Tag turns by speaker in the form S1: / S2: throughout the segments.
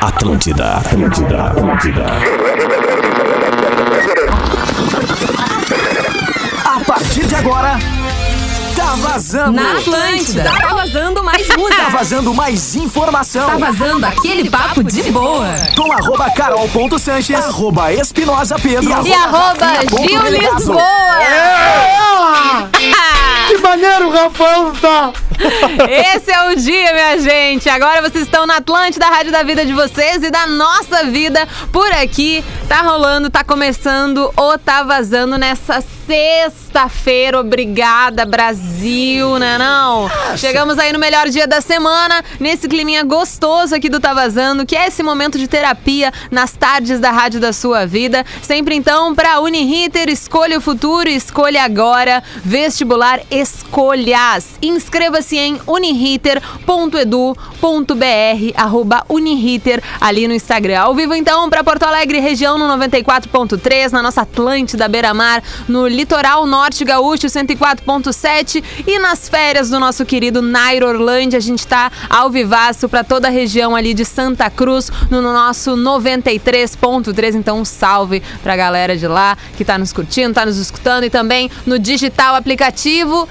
S1: Atlântida, Atlântida, Atlântida.
S2: A partir de agora, tá vazando.
S3: Na Atlântida. Tá vazando mais
S2: Tá
S3: música.
S2: vazando mais informação.
S3: Tá vazando aquele papo de boa.
S4: Tá-
S2: Com arroba carol.sanches, arroba espinosa pedro
S4: Ah. E arroba Gil Lisboa.
S5: Que maneiro o Rafão tá!
S4: Esse é o dia, minha gente. Agora vocês estão na Atlântida, a Rádio da Vida de vocês e da nossa vida por aqui. Tá rolando, tá começando ou tá vazando nessa sexta-feira. Obrigada, Brasil, né não? Chegamos aí no melhor dia da semana, nesse climinha gostoso aqui do Tá Vazando, que é esse momento de terapia nas tardes da Rádio da Sua Vida. Sempre então pra Uniriter, escolha o futuro, escolha agora. Vestibular Escolhas. Inscreva-se em uniriter.edu.br, arroba Uniriter, ali no Instagram. Ao vivo então para Porto Alegre, região no 94.3, na nossa Atlântida Beira-Mar, no litoral norte gaúcho 104.7 e nas férias do nosso querido Nairo Orlândia. A gente tá ao vivaço para toda a região ali de Santa Cruz, no nosso 93.3. Então um salve pra galera de lá que tá nos curtindo, tá nos escutando e também no digital aplicativo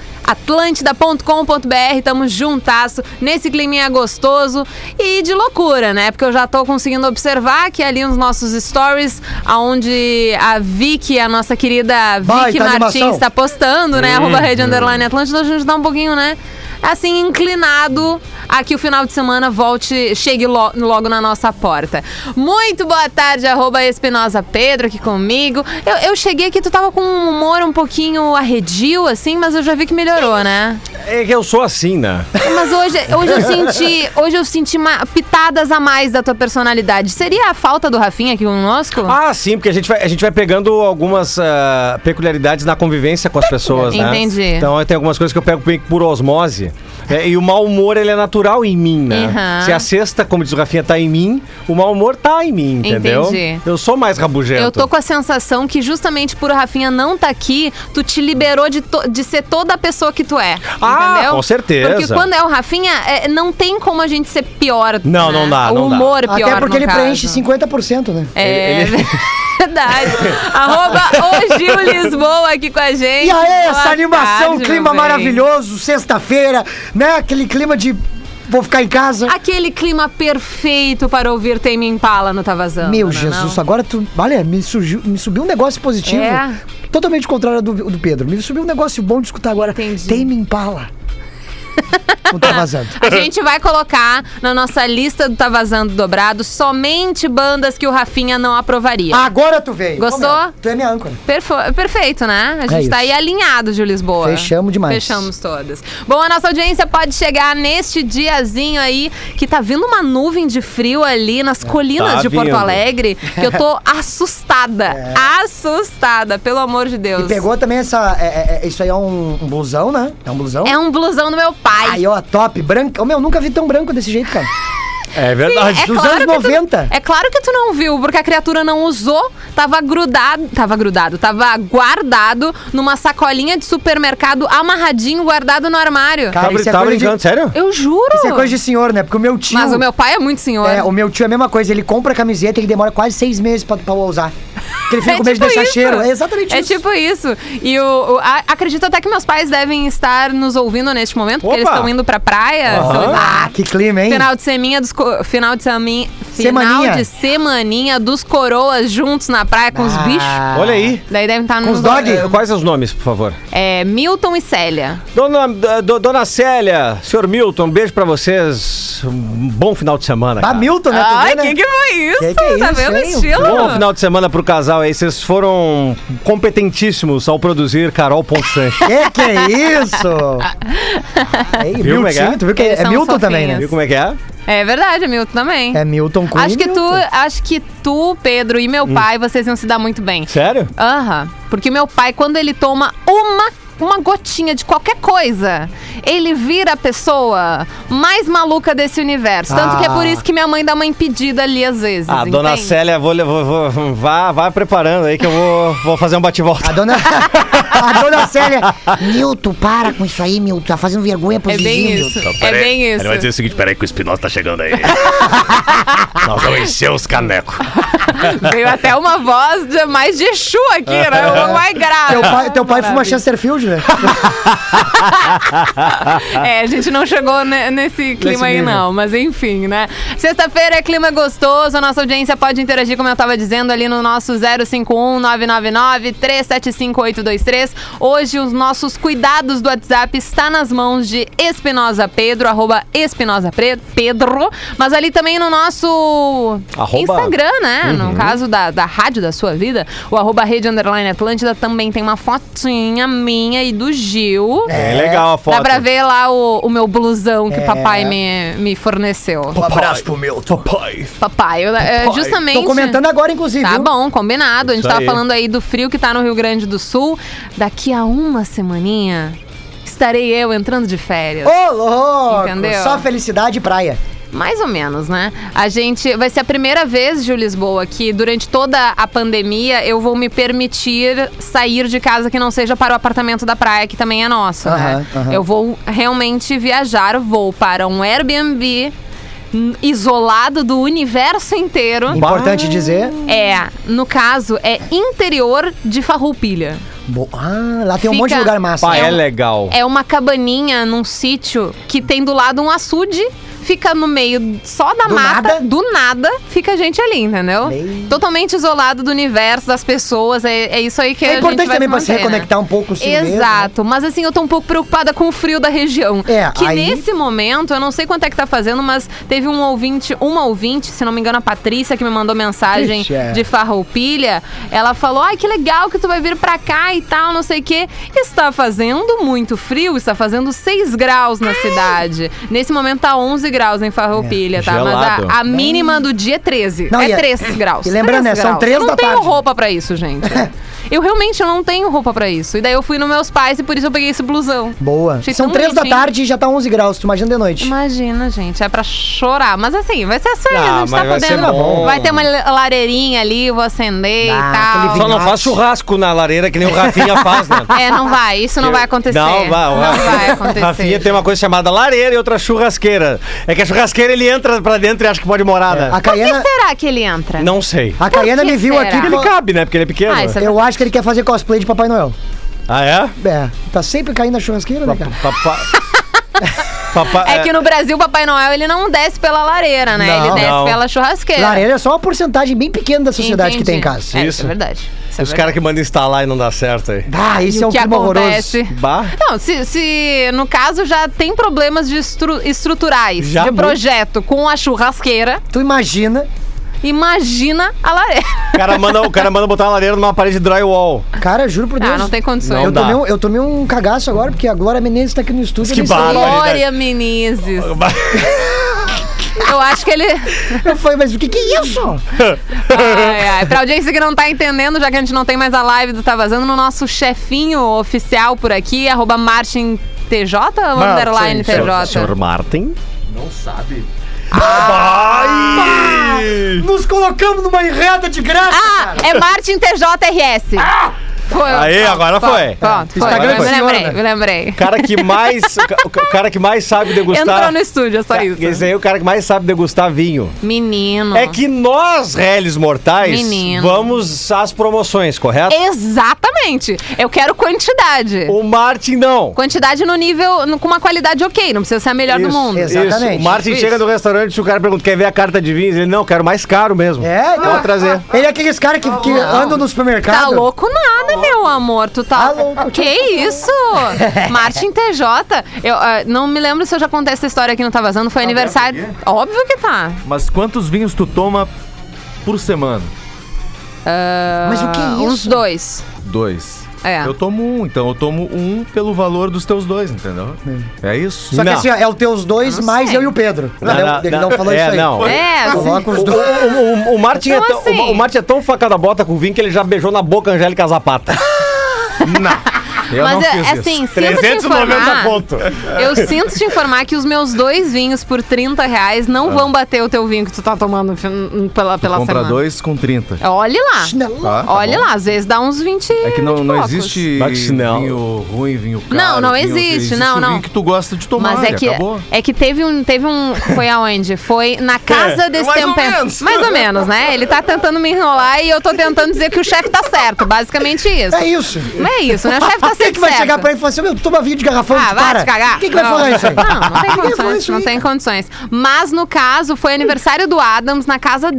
S4: atlântida.com.br, tamo juntasso nesse climinha gostoso e de loucura, né? Porque eu já tô conseguindo observar que ali nos nossos stories, aonde a Vicky, a nossa querida
S5: Baita
S4: Vicky Martins,
S5: animação.
S4: tá postando, né? Arroba Rede Underline Atlântida, a gente tá um pouquinho, né? Assim, inclinado a que o final de semana volte, chegue lo- logo na nossa porta. Muito boa tarde, arroba Espinosa Pedro aqui comigo. Eu, eu cheguei aqui, tu tava com um humor um pouquinho arredio, assim, mas eu já vi que melhorou, né?
S6: É que eu sou assim, né?
S4: Mas hoje, hoje eu senti, hoje eu senti ma- pitadas a mais da tua personalidade. Seria a falta do Rafinha aqui conosco?
S6: Ah, sim, porque a gente vai, a gente vai pegando algumas ah, peculiaridades na convivência com as pessoas, né?
S4: Entendi.
S6: Então tem algumas coisas que eu pego meio que por osmose. É, e o mau humor, ele é natural em mim, né?
S4: Uhum.
S6: Se a sexta, como diz o Rafinha, tá em mim, o mau humor tá em mim, entendeu?
S4: Entendi.
S6: Eu sou mais rabugento.
S4: Eu tô com a sensação que justamente por o Rafinha não tá aqui, tu te liberou de, to- de ser toda a pessoa que tu é.
S6: Ah,
S4: entendeu?
S6: com certeza.
S4: Porque quando é o Rafinha, é, não tem como a gente ser pior.
S6: Não,
S4: né?
S6: não dá,
S4: O
S6: não dá.
S4: humor é pior.
S5: Até porque
S4: no
S5: ele
S4: caso.
S5: preenche 50%, né?
S4: É
S6: Ele-
S4: verdade. Arroba o Gil Lisboa aqui com a gente.
S5: E aí, essa
S4: Boa
S5: animação,
S4: tarde,
S5: clima
S4: meu bem.
S5: maravilhoso, sexta-feira, né? Aquele clima de vou ficar em casa.
S4: Aquele clima perfeito para ouvir Tame Impala no Tá Vazando.
S5: Meu
S4: né,
S5: Jesus,
S4: não?
S5: agora tu. Olha, me, surgiu, me subiu um negócio positivo.
S4: É.
S5: Totalmente contrário ao do, do Pedro. Me subiu um negócio bom de escutar agora.
S4: Entendi.
S5: Tem me impala. Não tá vazando.
S4: A gente vai colocar na nossa lista do Tá Vazando Dobrado somente bandas que o Rafinha não aprovaria.
S5: Agora tu veio.
S4: Gostou?
S5: Ô, meu, Tu é minha âncora.
S4: Perfo- Perfeito, né? A gente
S5: É isso.
S4: tá aí alinhado, Gil Lisboa.
S5: Fechamos demais.
S4: Fechamos todas. Bom, a nossa audiência pode chegar neste diazinho aí que tá vindo uma nuvem de frio ali nas
S5: É.
S4: colinas
S6: Tá
S4: de Porto
S6: vindo.
S4: Alegre que eu tô assustada. Assustada, pelo amor de Deus.
S5: É. E pegou também essa. é- é- é- isso aí é um, um blusão, né? É um blusão?
S4: É um blusão do meu pai.
S5: Aí, ó, top, branco. Ô, meu, nunca vi tão branco desse jeito, cara.
S6: É verdade.
S4: É
S5: dos
S4: claro
S5: anos
S4: que tu-
S5: 90.
S4: é claro que tu não viu, porque a criatura não usou, tava grudado, tava grudado, tava guardado numa sacolinha de supermercado, amarradinho, guardado no armário.
S5: Cara,
S6: Tá, brin-
S5: isso é
S6: tá
S5: coisa de-
S6: brincando, sério?
S4: Eu juro.
S5: Isso é coisa de senhor, né? Porque o meu tio.
S4: Mas o meu pai é muito senhor.
S5: É, o meu tio é a mesma coisa, ele compra a camiseta e demora quase seis meses pra, pra usar. Porque ele fica
S4: É
S5: com medo de
S4: tipo
S5: deixar
S4: isso.
S5: cheiro. É exatamente
S4: É
S5: isso.
S4: tipo isso. E o, o- a- acredito até que meus pais devem estar nos ouvindo neste momento, porque eles
S6: Opa!
S4: estão indo pra praia.
S6: Aham.
S4: estão indo-
S5: Ah, que clima, hein?
S4: Final de seminha dos co- final de seminha, final
S5: Semaninha.
S4: de semaninha dos coroas juntos na praia com os
S5: Ah.
S4: bichos.
S6: Olha aí.
S4: Daí devem estar nos
S5: os dog?
S4: ouvindo.
S6: Quais os nomes, por favor?
S4: É, Milton e Célia.
S6: Dona, do- dona Célia, senhor Milton, um beijo pra vocês. Um bom final de semana.
S5: Ah,
S6: cara.
S5: Milton, né? Tu vê, né?
S4: foi isso? Tá
S5: Que que é isso, hein?
S4: Ah!
S6: Bom final de semana pro casal aí. Vocês foram competentíssimos ao produzir Carol Ponto Sanches.
S5: Que que é isso? Aí,
S6: Viu, Megan?
S5: Milton, tu viu que é,
S4: Eles
S5: é
S4: são
S5: Milton também, né?
S4: fofinhos.
S6: Viu como é que é?
S4: É verdade, é Milton também.
S5: É Milton com
S4: acho que tu,
S5: Milton. Hum.
S4: acho que tu, Pedro e meu pai, vocês iam se dar muito bem.
S6: Sério?
S4: Aham. Porque meu pai, quando ele toma uma uma gotinha de qualquer coisa, ele vira a pessoa mais maluca desse universo. Tanto que é por
S5: Ah.
S4: isso que minha mãe dá uma impedida ali às vezes.
S6: Ah, dona
S4: entende?
S6: Célia, vou, vou, vou, vá, vá preparando aí que eu vou, vou fazer um bate-volta.
S5: A dona, a dona Célia. Milton, para com isso aí, Milton. Tá fazendo vergonha pros
S4: É bem
S5: vizinhos.
S2: então,
S4: isso. É bem isso.
S7: Ele vai dizer o seguinte, peraí que o Espinosa tá chegando aí. Nós vamos encher os canecos.
S4: Veio até uma voz de, mais de Exu aqui, né? Uma mais grave.
S5: Teu pai, teu pai fuma
S4: Maravilha.
S5: Chesterfield, né?
S4: É, a gente não chegou ne- nesse clima aí,
S5: nível.
S4: não. Mas enfim, né? Sexta-feira é clima gostoso. A nossa audiência pode interagir, como eu tava dizendo, ali no nosso 051-999-375823. Hoje, os nossos cuidados do WhatsApp está nas mãos de Espinosa Pedro, arroba Espinosa Pre- Pedro. Mas ali também no nosso
S6: Arroba-
S4: Instagram, né? No caso da, da rádio da sua vida, o arroba Rede Underline Atlântida também tem uma fotinha minha e do Gil.
S6: É legal a foto.
S4: Dá pra ver lá o, o meu blusão que o
S5: É.
S4: papai me, me forneceu.
S5: Um abraço pro Milton.
S4: Papai, eu, é, justamente.
S5: Tô comentando agora, inclusive.
S4: Tá
S5: viu?
S4: bom, combinado. A gente
S6: Isso
S4: tava
S6: aí.
S4: falando aí do frio que tá no Rio Grande do Sul. Daqui a uma semaninha estarei eu entrando de férias.
S5: Ô, louco!
S4: Entendeu?
S5: Só felicidade e praia.
S4: Mais ou menos, né? A gente. Vai ser a primeira vez, Gil Lisboa, que durante toda a pandemia eu vou me permitir sair de casa que não seja para o apartamento da praia, que também é nosso, né?
S5: Aham, aham.
S4: Eu vou realmente viajar, vou para um Airbnb hum, isolado do universo inteiro.
S5: Importante dizer.
S4: É, no caso, é interior de Farroupilha.
S5: Bo- Ah, lá tem um
S4: Fica-
S5: monte de lugar massa.
S6: Pá, é
S4: um-
S6: legal.
S4: É uma cabaninha num sítio que tem do lado um açude, fica no meio só da
S5: Do
S4: mata,
S5: nada?
S4: do nada, fica a gente ali, entendeu?
S5: Bem-
S4: Totalmente isolado do universo, das pessoas, é, é isso aí que
S5: É
S4: a gente vai
S5: importante também
S4: se
S5: pra se
S4: manter, né?
S5: reconectar um pouco consigo mesmo, né?
S4: Exato, mas assim, eu tô um pouco preocupada com o frio da região.
S5: É,
S4: que
S5: aí-
S4: nesse momento, eu não sei quanto é que tá fazendo, mas teve um ouvinte, uma ouvinte, se não me engano, a Patrícia, que me mandou mensagem
S5: Ixi, é.
S4: de Farroupilha. Ela falou: ai, que legal que tu vai vir pra cá e tal, não sei o quê. Está fazendo muito frio, está fazendo 6 graus na cidade. Nesse momento tá 11 graus em Farroupilha, tá?
S6: gelado.
S4: Mas a- a, mínima do dia é 13.
S5: É, Não,
S4: é
S5: e é-
S4: 3 graus.
S5: e lembrando, né,
S4: três
S5: são
S4: graus.
S5: três
S4: Eu não
S5: da
S4: tenho
S5: tarde.
S4: roupa pra isso, gente. Eu realmente não tenho roupa pra isso. E daí eu fui nos meus pais e por isso eu peguei esse blusão.
S5: Boa.
S4: Achei
S5: São
S4: tão
S5: três da
S4: bonitinho.
S5: tarde e já tá 11 graus. Tu imagina de noite.
S4: Imagina, gente, é pra chorar. Mas assim, vai ser assim,
S6: Ah,
S4: a gente tá
S6: mas vai ser
S4: podendo.
S6: bom.
S4: vai ter uma lareirinha ali, vou acender
S5: Ah,
S4: e
S5: aquele
S4: tal.
S6: Só não faz churrasco na lareira que nem o Rafinha faz, né?
S4: É, não vai, isso não vai acontecer.
S6: Não, vai,
S4: não vai acontecer.
S6: Rafinha tem uma coisa chamada lareira e outra churrasqueira. É que a churrasqueira ele entra pra dentro e acha que pode morar, né?
S5: A
S4: Por que
S5: Caiana,
S4: será que ele entra?
S6: Não sei.
S5: a Caiana
S4: que
S5: me viu
S4: será?
S5: aqui.
S6: Porque
S5: com-
S6: ele cabe, né? Porque ele é pequeno.
S4: É. Ah, isso é-
S5: Eu acho que ele quer fazer cosplay de Papai Noel.
S6: Ah, é?
S5: É, tá sempre caindo na churrasqueira, né, cara?
S6: Papá. Papá.
S4: É que no Brasil, Papai Noel, ele não desce pela lareira, né?
S5: Não.
S4: ele desce
S6: Não.
S4: pela churrasqueira.
S5: Lareira é só uma porcentagem bem pequena da sociedade
S4: Entendi.
S5: que tem em casa.
S4: É, isso.
S6: Isso.
S4: é verdade. Isso é
S6: Os caras que mandam instalar e não dá certo aí.
S5: Ah,
S4: verdade.
S5: isso
S4: E
S5: é
S4: o
S5: um
S4: que
S5: clima horroroso.
S4: acontece?
S6: Bah.
S4: Não, Então, se, se no caso já tem problemas de estru- estruturais
S6: Já
S4: de
S6: muito.
S4: projeto com a churrasqueira,
S5: Tu imagina,
S4: imagina a lareira.
S6: O cara manda, o cara manda botar a lareira numa parede de drywall.
S5: cara, juro por Deus.
S4: Ah, não tem condições.
S6: Não
S5: eu,
S6: dá.
S5: tomei um, eu tomei um cagaço agora, porque a Glória Menezes tá aqui no estúdio.
S6: Que
S5: eu nem sei.
S6: barba.
S4: Glória Menezes. Eu acho que ele.
S5: Eu falei, mas o que que é isso?
S4: Ai, ai. Pra audiência que não tá entendendo, já que a gente não tem mais a live do Tá Vazando, no nosso chefinho oficial por aqui, arroba Martin TJ ou underline TJ?
S6: Martin.
S5: Nos colocamos numa enreda de graça.
S4: Ah, é Martin TJRS. Foi.
S6: Aí,
S4: pronto,
S6: agora
S4: pronto,
S6: foi.
S4: Pronto, foi.
S5: Instagram
S4: me
S5: funciona.
S4: lembrei, me lembrei.
S6: O cara que mais. o ca- o cara que mais sabe degustar.
S4: Entrou no estúdio, é só isso.
S6: Esse aí é o cara que mais sabe degustar vinho.
S4: Menino.
S6: É que nós, réis mortais,
S4: Menino. É.
S6: vamos às promoções, correto?
S4: Exatamente. Eu quero quantidade.
S6: O Martin não.
S4: Quantidade no nível, no- com uma qualidade ok, não precisa ser a melhor do
S6: Isso,
S4: mundo.
S5: exato. Exatamente.
S6: O Martin
S4: Isso.
S6: chega no restaurante e o cara pergunta: quer ver a carta de vinhos? Ele, não, quero mais caro mesmo.
S5: É,
S6: Vou trazer.
S5: Ele é aqueles caras que, que andam no supermercado.
S4: Tá louco nada, meu amor. Tu tá.
S5: Tá louco.
S4: Que isso? Martin TJ. Eu ah, não me lembro se eu já contei essa história aqui no Tá Vazando. Foi aniversário. Óbvio que tá.
S8: Mas quantos vinhos tu toma por semana?
S5: Mas o que é
S4: Ah,
S5: isso?
S4: Uns dois.
S8: Dois.
S4: É.
S8: Eu tomo um, então eu tomo um pelo valor dos teus dois, entendeu? É isso?
S5: Só que
S6: Não.
S5: assim, ó, é o teus dois
S4: Eu Ah, não
S5: mais
S4: sei.
S5: eu e o Pedro.
S6: Não,
S5: Ele
S6: não,
S5: não- ele não
S6: não,
S5: falou
S6: é,
S5: isso aí.
S6: não.
S4: É,
S5: Coloca os
S6: O,
S5: dois.
S6: o- o- o Martin
S4: Então,
S6: é tão,
S4: assim-
S6: o, o Martin é tão faca da bota com vinho que ele já beijou na boca a Angélica Zapata.
S8: Não. Eu
S4: Mas
S8: não
S4: é,
S8: fiz
S4: é
S8: isso.
S4: assim, sinto te
S7: 390
S4: informar.
S7: pontos.
S4: Eu sinto te informar que os meus dois vinhos por 30 reais não vão bater o teu vinho que tu tá tomando fi- n- pela, pela
S8: Ah. Compra
S4: semana.
S8: dois com 30.
S4: Olhe lá.
S6: Ah.
S8: Tá, tá
S4: Olha
S8: bom.
S4: lá, às vezes dá uns 20.
S8: É que não,
S4: 20 e
S8: não
S4: poucos.
S8: existe
S6: Bate chinelo.
S8: vinho ruim, vinho caro.
S4: Não, não
S8: vinho-
S4: existe, não,
S8: o
S4: não.
S8: vinho que tu gosta de tomar,
S4: Mas é
S8: e
S4: que,
S8: acabou.
S4: é que teve um. Teve um. Foi aonde? Foi na casa
S8: É,
S4: desse
S8: mais ou
S4: tempero.
S8: menos.
S4: Mais ou menos, né? Ele tá tentando me enrolar e eu tô tentando dizer que o chefe tá certo. Basicamente isso.
S5: É isso.
S4: Não é isso, né? O chefe tá
S5: Quem
S4: sempre
S5: que vai
S4: certo.
S5: chegar pra ele e falar assim, meu, toma vinho de garrafão,
S4: Ah,
S5: tu
S4: vai
S5: para.
S4: te cagar.
S5: Quem que vai
S4: Não.
S5: falar isso aí?
S4: Não, não tem
S5: Quem que vai falar
S4: condições,
S5: isso
S4: não
S5: aí,
S4: tem condições. Mas no caso, foi aniversário do Adams na Casa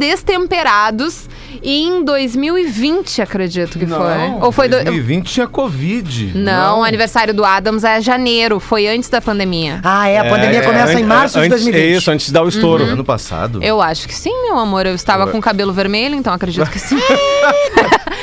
S4: Destemperados em 2020, acredito que foi. é, Ou foi do...
S8: 2020 tinha Covid.
S4: Não, o aniversário do Adams é janeiro, foi antes da pandemia.
S5: Ah, é, a pandemia
S8: é,
S5: começa em
S6: An-
S5: março de
S6: antes-
S5: 2020.
S6: É isso, antes de dar o estouro.
S4: Uhum.
S8: Ano passado.
S4: Hum. Eu acho que sim, meu amor. Eu estava com o cabelo vermelho, então acredito que sim.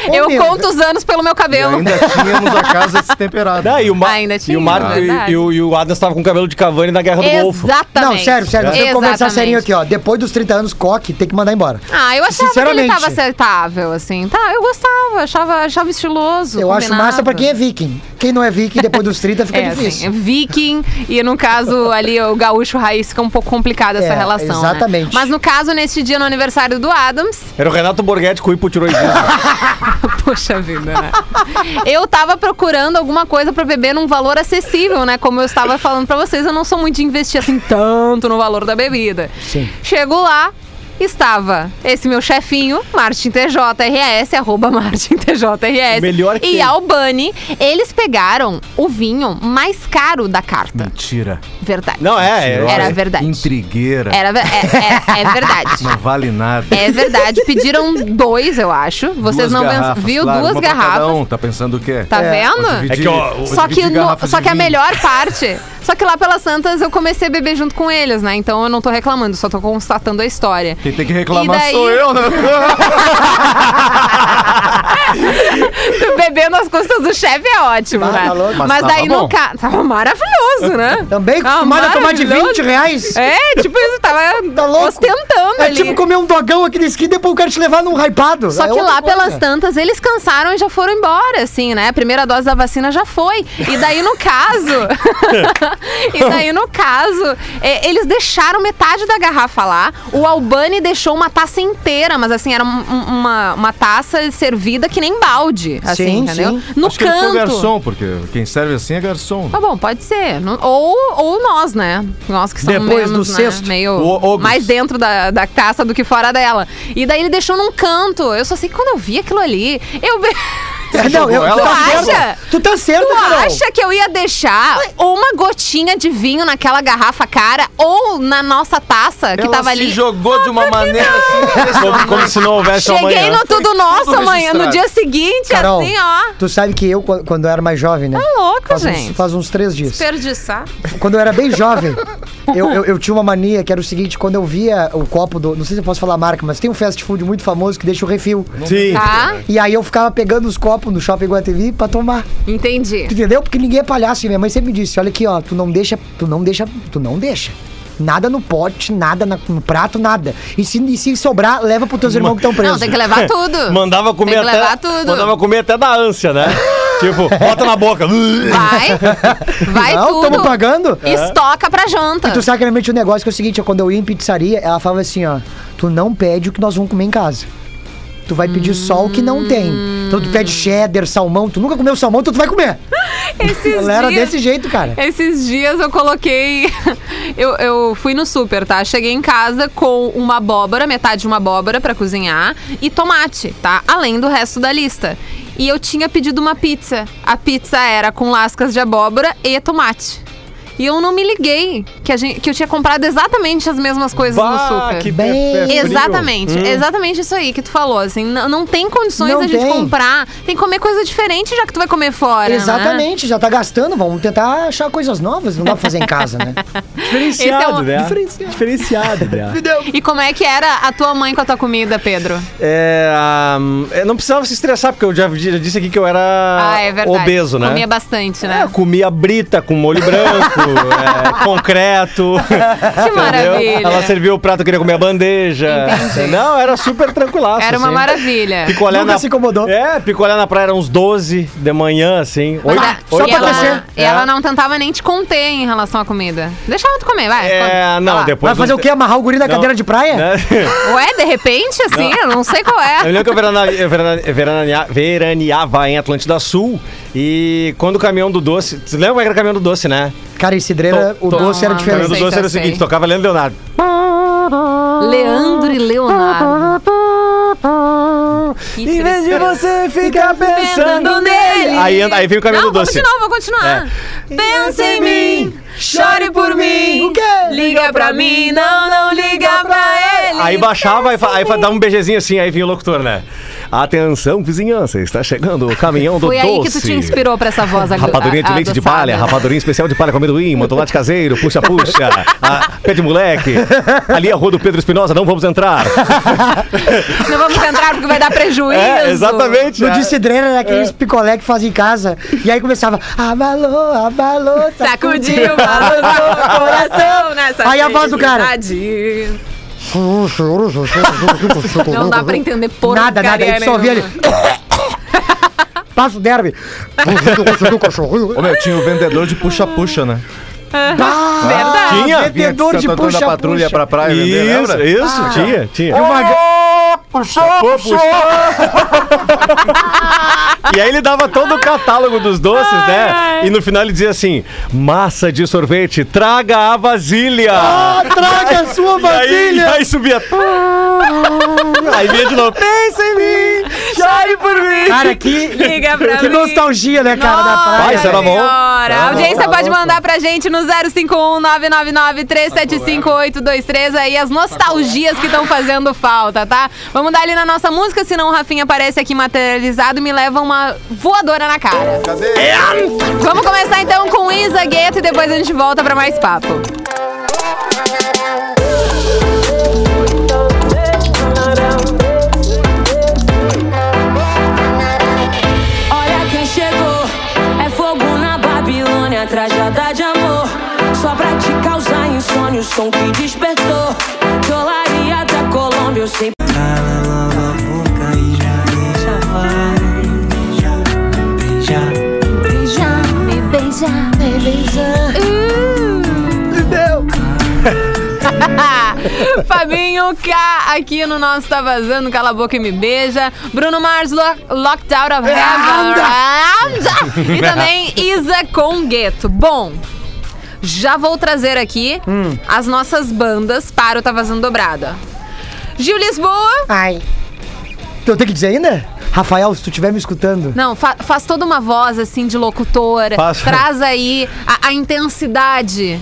S5: Ô,
S4: Eu
S5: meu,
S4: conto os anos pelo meu
S8: E
S4: cabelo.
S8: ainda tínhamos a casa destemperada.
S6: Não, e o Ma-
S4: Ainda tinha,
S6: e o Marco
S4: é verdade.
S6: e, e o, e o Adams tava com o cabelo de Cavani na Guerra do Golfo.
S4: Exatamente.
S5: Não, sério, sério, nós temos que conversar
S4: Exatamente.
S5: serinho aqui, ó. Depois dos 30 anos, coque, tem que mandar embora.
S4: Ah, eu achava que ele
S5: Sinceramente.
S4: tava aceitável, assim. Tá, eu gostava, achava, achava estiloso.
S5: Eu acho
S4: combinava.
S5: massa pra quem é viking. Quem não é viking, depois dos 30 fica
S4: É, assim,
S5: difícil.
S4: é viking e no caso ali o gaúcho raiz fica um pouco complicada essa
S5: É,
S4: relação. né?
S5: exatamente.
S4: Mas no caso, neste dia no aniversário do Adams,
S6: Era o Renato Borghetti com hipotiroidismo.
S4: poxa vida, né? Eu tava procurando alguma coisa pra beber num valor acessível, né? Como eu estava falando pra vocês, eu não sou muito de investir assim tanto no valor da bebida.
S5: Sim.
S4: Chego lá, estava esse meu chefinho, Martin TJRS, arroba Martin TJRS,
S6: Melhor que
S4: e
S6: ele.
S4: Albani. Eles pegaram o vinho mais caro da carta.
S8: Mentira.
S4: Verdade.
S6: Não, é, é.
S4: Era verdade.
S8: Intrigueira.
S4: Era, ve- é, é- é verdade.
S8: Não vale nada.
S4: É verdade. Pediram dois, eu acho. Vocês
S8: Duas
S4: não pens-
S8: garrafas,
S4: viu
S8: claro,
S4: duas
S8: uma pra cada
S4: garrafas.
S8: um, tá pensando o quê?
S4: Tá
S8: Vou
S4: vendo?
S8: dividir-
S7: É que, ó,
S8: vou
S4: Só que,
S8: dividir
S4: no-
S8: garrafas
S4: só
S8: de
S4: que a
S8: vinho.
S4: melhor parte. Só que lá pelas Santas eu comecei a beber junto com eles, né? Então eu não tô reclamando, só tô constatando a história.
S8: Quem tem que reclamar
S4: E daí-
S8: sou eu, né?
S4: Bebendo as custas do chefe é ótimo,
S5: Ah,
S4: né?
S5: tá louco.
S4: Mas,
S8: Mas tava
S4: daí no
S8: bom.
S4: ca... Tava maravilhoso, né?
S5: Também
S4: Tava
S5: acostumado a tomar de
S4: maravilhoso.
S5: 20 reais.
S4: É, tipo, isso tava
S5: Tá louco?
S4: ostentando
S5: É
S4: ali.
S5: tipo comer um dogão aqui na esquina e depois eu quero te levar num hypado.
S4: Só
S5: É
S4: que
S5: outra
S4: lá
S5: coisa.
S4: pelas tantas eles cansaram e já foram embora, assim, né? A primeira dose da vacina já foi. E daí no caso. e daí no caso, é, eles deixaram metade da garrafa lá. O Albani deixou uma taça inteira, mas assim, era um- um- uma, uma taça servida que nem balde, assim,
S5: Sim,
S4: entendeu?
S5: sim.
S4: No
S8: Acho que ele foi o
S4: canto.
S8: garçom, porque quem serve assim é garçom.
S4: Tá bom, pode ser. Não- Ou, ou nós, né? Nós que somos
S5: Depois
S4: menos,
S5: do
S4: né,
S5: sexto.
S4: meio
S8: O- ogros.
S4: mais dentro da, da caça do que fora dela. E daí ele deixou num canto. Eu só sei que quando eu vi aquilo ali, eu. be-
S5: É, não, eu, tu,
S8: Ela
S5: tá
S4: acha?
S5: certo. tu tá certo,
S4: Tu
S5: Carol.
S4: acha que eu ia deixar uma gotinha de vinho naquela garrafa cara ou na nossa taça que
S8: Ela
S4: tava
S8: se
S4: ali? Ah,
S8: jogou de uma maneira assim.
S6: como, como se não houvesse
S4: Cheguei
S6: amanhã.
S4: no tudo nosso amanhã, no
S8: registrado.
S4: dia seguinte,
S5: Carol,
S4: assim, ó.
S5: tu sabe que eu, qu- quando eu era mais jovem, né?
S4: Tá louco,
S5: Faz uns,
S4: gente.
S5: faz um uns três dias.
S4: Desperdiçar.
S5: Quando eu era bem jovem, eu, eu, eu tinha uma mania que era o seguinte: quando eu via o copo do. Não sei se eu posso falar a marca, mas tem um fast food muito famoso que deixa o refil.
S6: Sim.
S4: Tá?
S5: E aí eu ficava pegando os copos no shopping Guatemi pra tomar.
S4: Entendi.
S5: Tu entendeu? Porque ninguém é palhaço. E minha mãe sempre me disse: olha aqui, ó, tu não deixa, tu não deixa, tu não deixa. Nada no pote, nada na- no prato, nada. E se, e se sobrar, leva pros teus irmãos que estão presos.
S4: Não, tem que levar tudo.
S6: Mandava comer
S4: Tem que levar
S6: até.
S4: tudo.
S6: Mandava comer até da ânsia, né? tipo, bota na boca.
S4: Vai. Vai
S5: Não,
S4: tudo. É.
S5: tamo pagando.
S4: Estoca pra janta.
S5: E tu sabe que realmente o negócio que é o seguinte, ó, quando eu ia em pizzaria, ela falava assim, ó, tu não pede o que nós vamos comer em casa. Tu vai pedir só o que
S4: Hum.
S5: não tem. Então tu pede cheddar, salmão, tu nunca comeu salmão, então tu vai comer.
S4: Esses
S5: Ela era
S4: dias-
S5: desse jeito, cara.
S4: Esses dias eu coloquei. Eu, eu fui no super, tá? Cheguei em casa com uma abóbora, metade de uma abóbora pra cozinhar e tomate, tá? Além do resto da lista. E eu tinha pedido uma pizza. A pizza era com lascas de abóbora e tomate. E eu não me liguei que, a gente, que eu tinha comprado exatamente as mesmas coisas
S6: Bah,
S4: no super.
S6: que
S5: Bem-
S6: pé É frio. Hum.
S4: Exatamente, exatamente isso aí que tu falou, assim, n- não tem condições
S5: Não
S4: da gente
S5: tem.
S4: comprar, tem que comer coisa diferente já que tu vai comer fora, né?
S5: Exatamente, já tá gastando, vamos tentar achar coisas novas, não dá pra fazer em casa, né?
S6: Diferenciado,
S4: Esse é um-
S6: né? Diferenciado. né?
S4: E como é que era a tua mãe com a tua comida, Pedro?
S6: É, ahm, eu não precisava se estressar, porque eu já, já disse aqui que eu era
S4: Ah, é verdade.
S6: obeso, né?
S4: Comia bastante,
S6: É,
S4: né?
S6: comia brita com molho branco, é, concreto.
S4: Que maravilha.
S6: Ela serviu o prato, queria comer a bandeja.
S4: Entendi.
S6: Não, era super tranquilaço.
S4: Era uma
S6: assim.
S4: maravilha.
S6: Picolé
S5: Nunca
S6: na...
S5: se incomodou.
S6: É, picolé na praia era uns 12 de manhã, assim.
S4: Mas
S6: Oito-
S4: a-
S6: oito É.
S4: e ela,
S6: da manhã.
S4: e ela não tentava nem te conter em relação à comida. Deixava tu comer, vai.
S6: É,
S4: Vai
S6: não,
S4: lá.
S6: depois...
S5: Vai fazer o quê? Amarrar o guri na
S6: Não.
S5: cadeira de praia?
S6: Né?
S4: Ué, de repente, assim, eu não sei qual
S6: Eu
S4: é.
S6: lembro que eu verana- eu verana- veranea- veraneava em Atlântida Sul e quando o caminhão do doce. Tu lembra como era o caminhão do doce, né?
S5: Cara, esse dreira,
S6: Tô-
S5: o
S6: tô-
S5: doce era
S4: Não,
S6: O caminhão do
S5: diferente.
S4: sei,
S6: doce era
S4: eu
S6: o seguinte:
S4: sei.
S6: tocava Leandro Leonardo.
S4: Leandro e
S6: Ah,
S4: Leonardo.
S6: Em vez de você ficar pensando
S4: Pensando nele.
S6: nele. Aí, en- aí vem o caminhão
S4: não,
S6: do doce.
S4: Vamos de novo, vou continuar.
S6: É.
S4: Pensa em mim, chore por mim.
S5: O quê?
S4: Liga pra mim, não, não liga pra ele.
S6: Aí baixava, aí, fa- aí fa- dava um beijezinho assim, aí vinha o locutor, né? Atenção, vizinhança, está chegando o caminhão do
S4: Foi
S6: doce.
S4: aí que tu te inspirou pra essa voz Ah, agora.
S6: Rapadurinha de leite de palha, rapadurinha especial de palha com amendoim, mantolate caseiro, puxa-puxa, a- pé de moleque. Ali é a rua do Pedro Espinosa, não vamos entrar.
S4: Não vamos entrar porque vai dar prejuízo.
S6: É, exatamente.
S5: No disse dreira era
S6: É.
S5: aqueles picolé que fazem em casa. E aí começava, tá abalou, abalou,
S4: Sacudiu o valor do coração nessa
S5: Aí a voz do cara.
S4: felicidade. Não dá pra né, entender porra
S5: Nada, nada, a gente só via ele. Passa o derby.
S8: Ô, meu, tinha o vendedor de puxa-puxa, né?
S4: Verdade.
S6: Tinha?
S8: Vinha
S5: Vendedor
S8: Santo
S5: Ah, de
S8: Antônio da patrulha
S5: puxa-puxa.
S8: pra praia vender,
S6: Isso,
S8: lembra?
S6: isso, tinha, tinha. E aí ele dava todo o catálogo dos doces, né? E no final ele dizia assim: massa de sorvete, traga a vasilha.
S5: Ah, traga a sua
S6: E aí,
S5: vasilha.
S6: aí subia. aí vinha de novo. Ah. Pensa em mim, chore por mim.
S5: Cara, que,
S4: Liga pra
S5: que
S4: mim.
S5: nostalgia, né, cara, da praia.
S6: Vai, isso era bom.
S4: Senhora,
S6: Era
S4: A audiência
S5: bom,
S4: pode
S5: era bom.
S4: mandar pra gente no 051-999-375-823 aí as nostalgias que estão fazendo falta, tá? Vamos dar ali na nossa música, senão o Rafinha aparece aqui materializado e me leva uma voadora na cara.
S6: É
S4: Vamos começar então com Isa Gueto e depois a gente volta pra mais papo.
S9: Olha quem chegou, é fogo na Babilônia, trajada de amor. Só pra te causar insônia, o som que despertou. Dolaria da Colômbia, eu sempre.
S4: Fabinho K aqui no nosso Tá Vazando, Cala a Boca e Me Beija. Bruno Mars, lo Locked Out of Heaven. E também Isa com Gueto. Bom, já vou trazer aqui
S6: Hum.
S4: as nossas bandas para o Tá Vazando Dobrada. Gil Lisboa.
S6: Ah.
S5: Ai. Então, Eu tenho que dizer ainda? Rafael, se tu estiver me escutando,
S4: Não, fa- faz toda uma voz assim de locutora.
S6: Faço.
S4: Traz aí a, a intensidade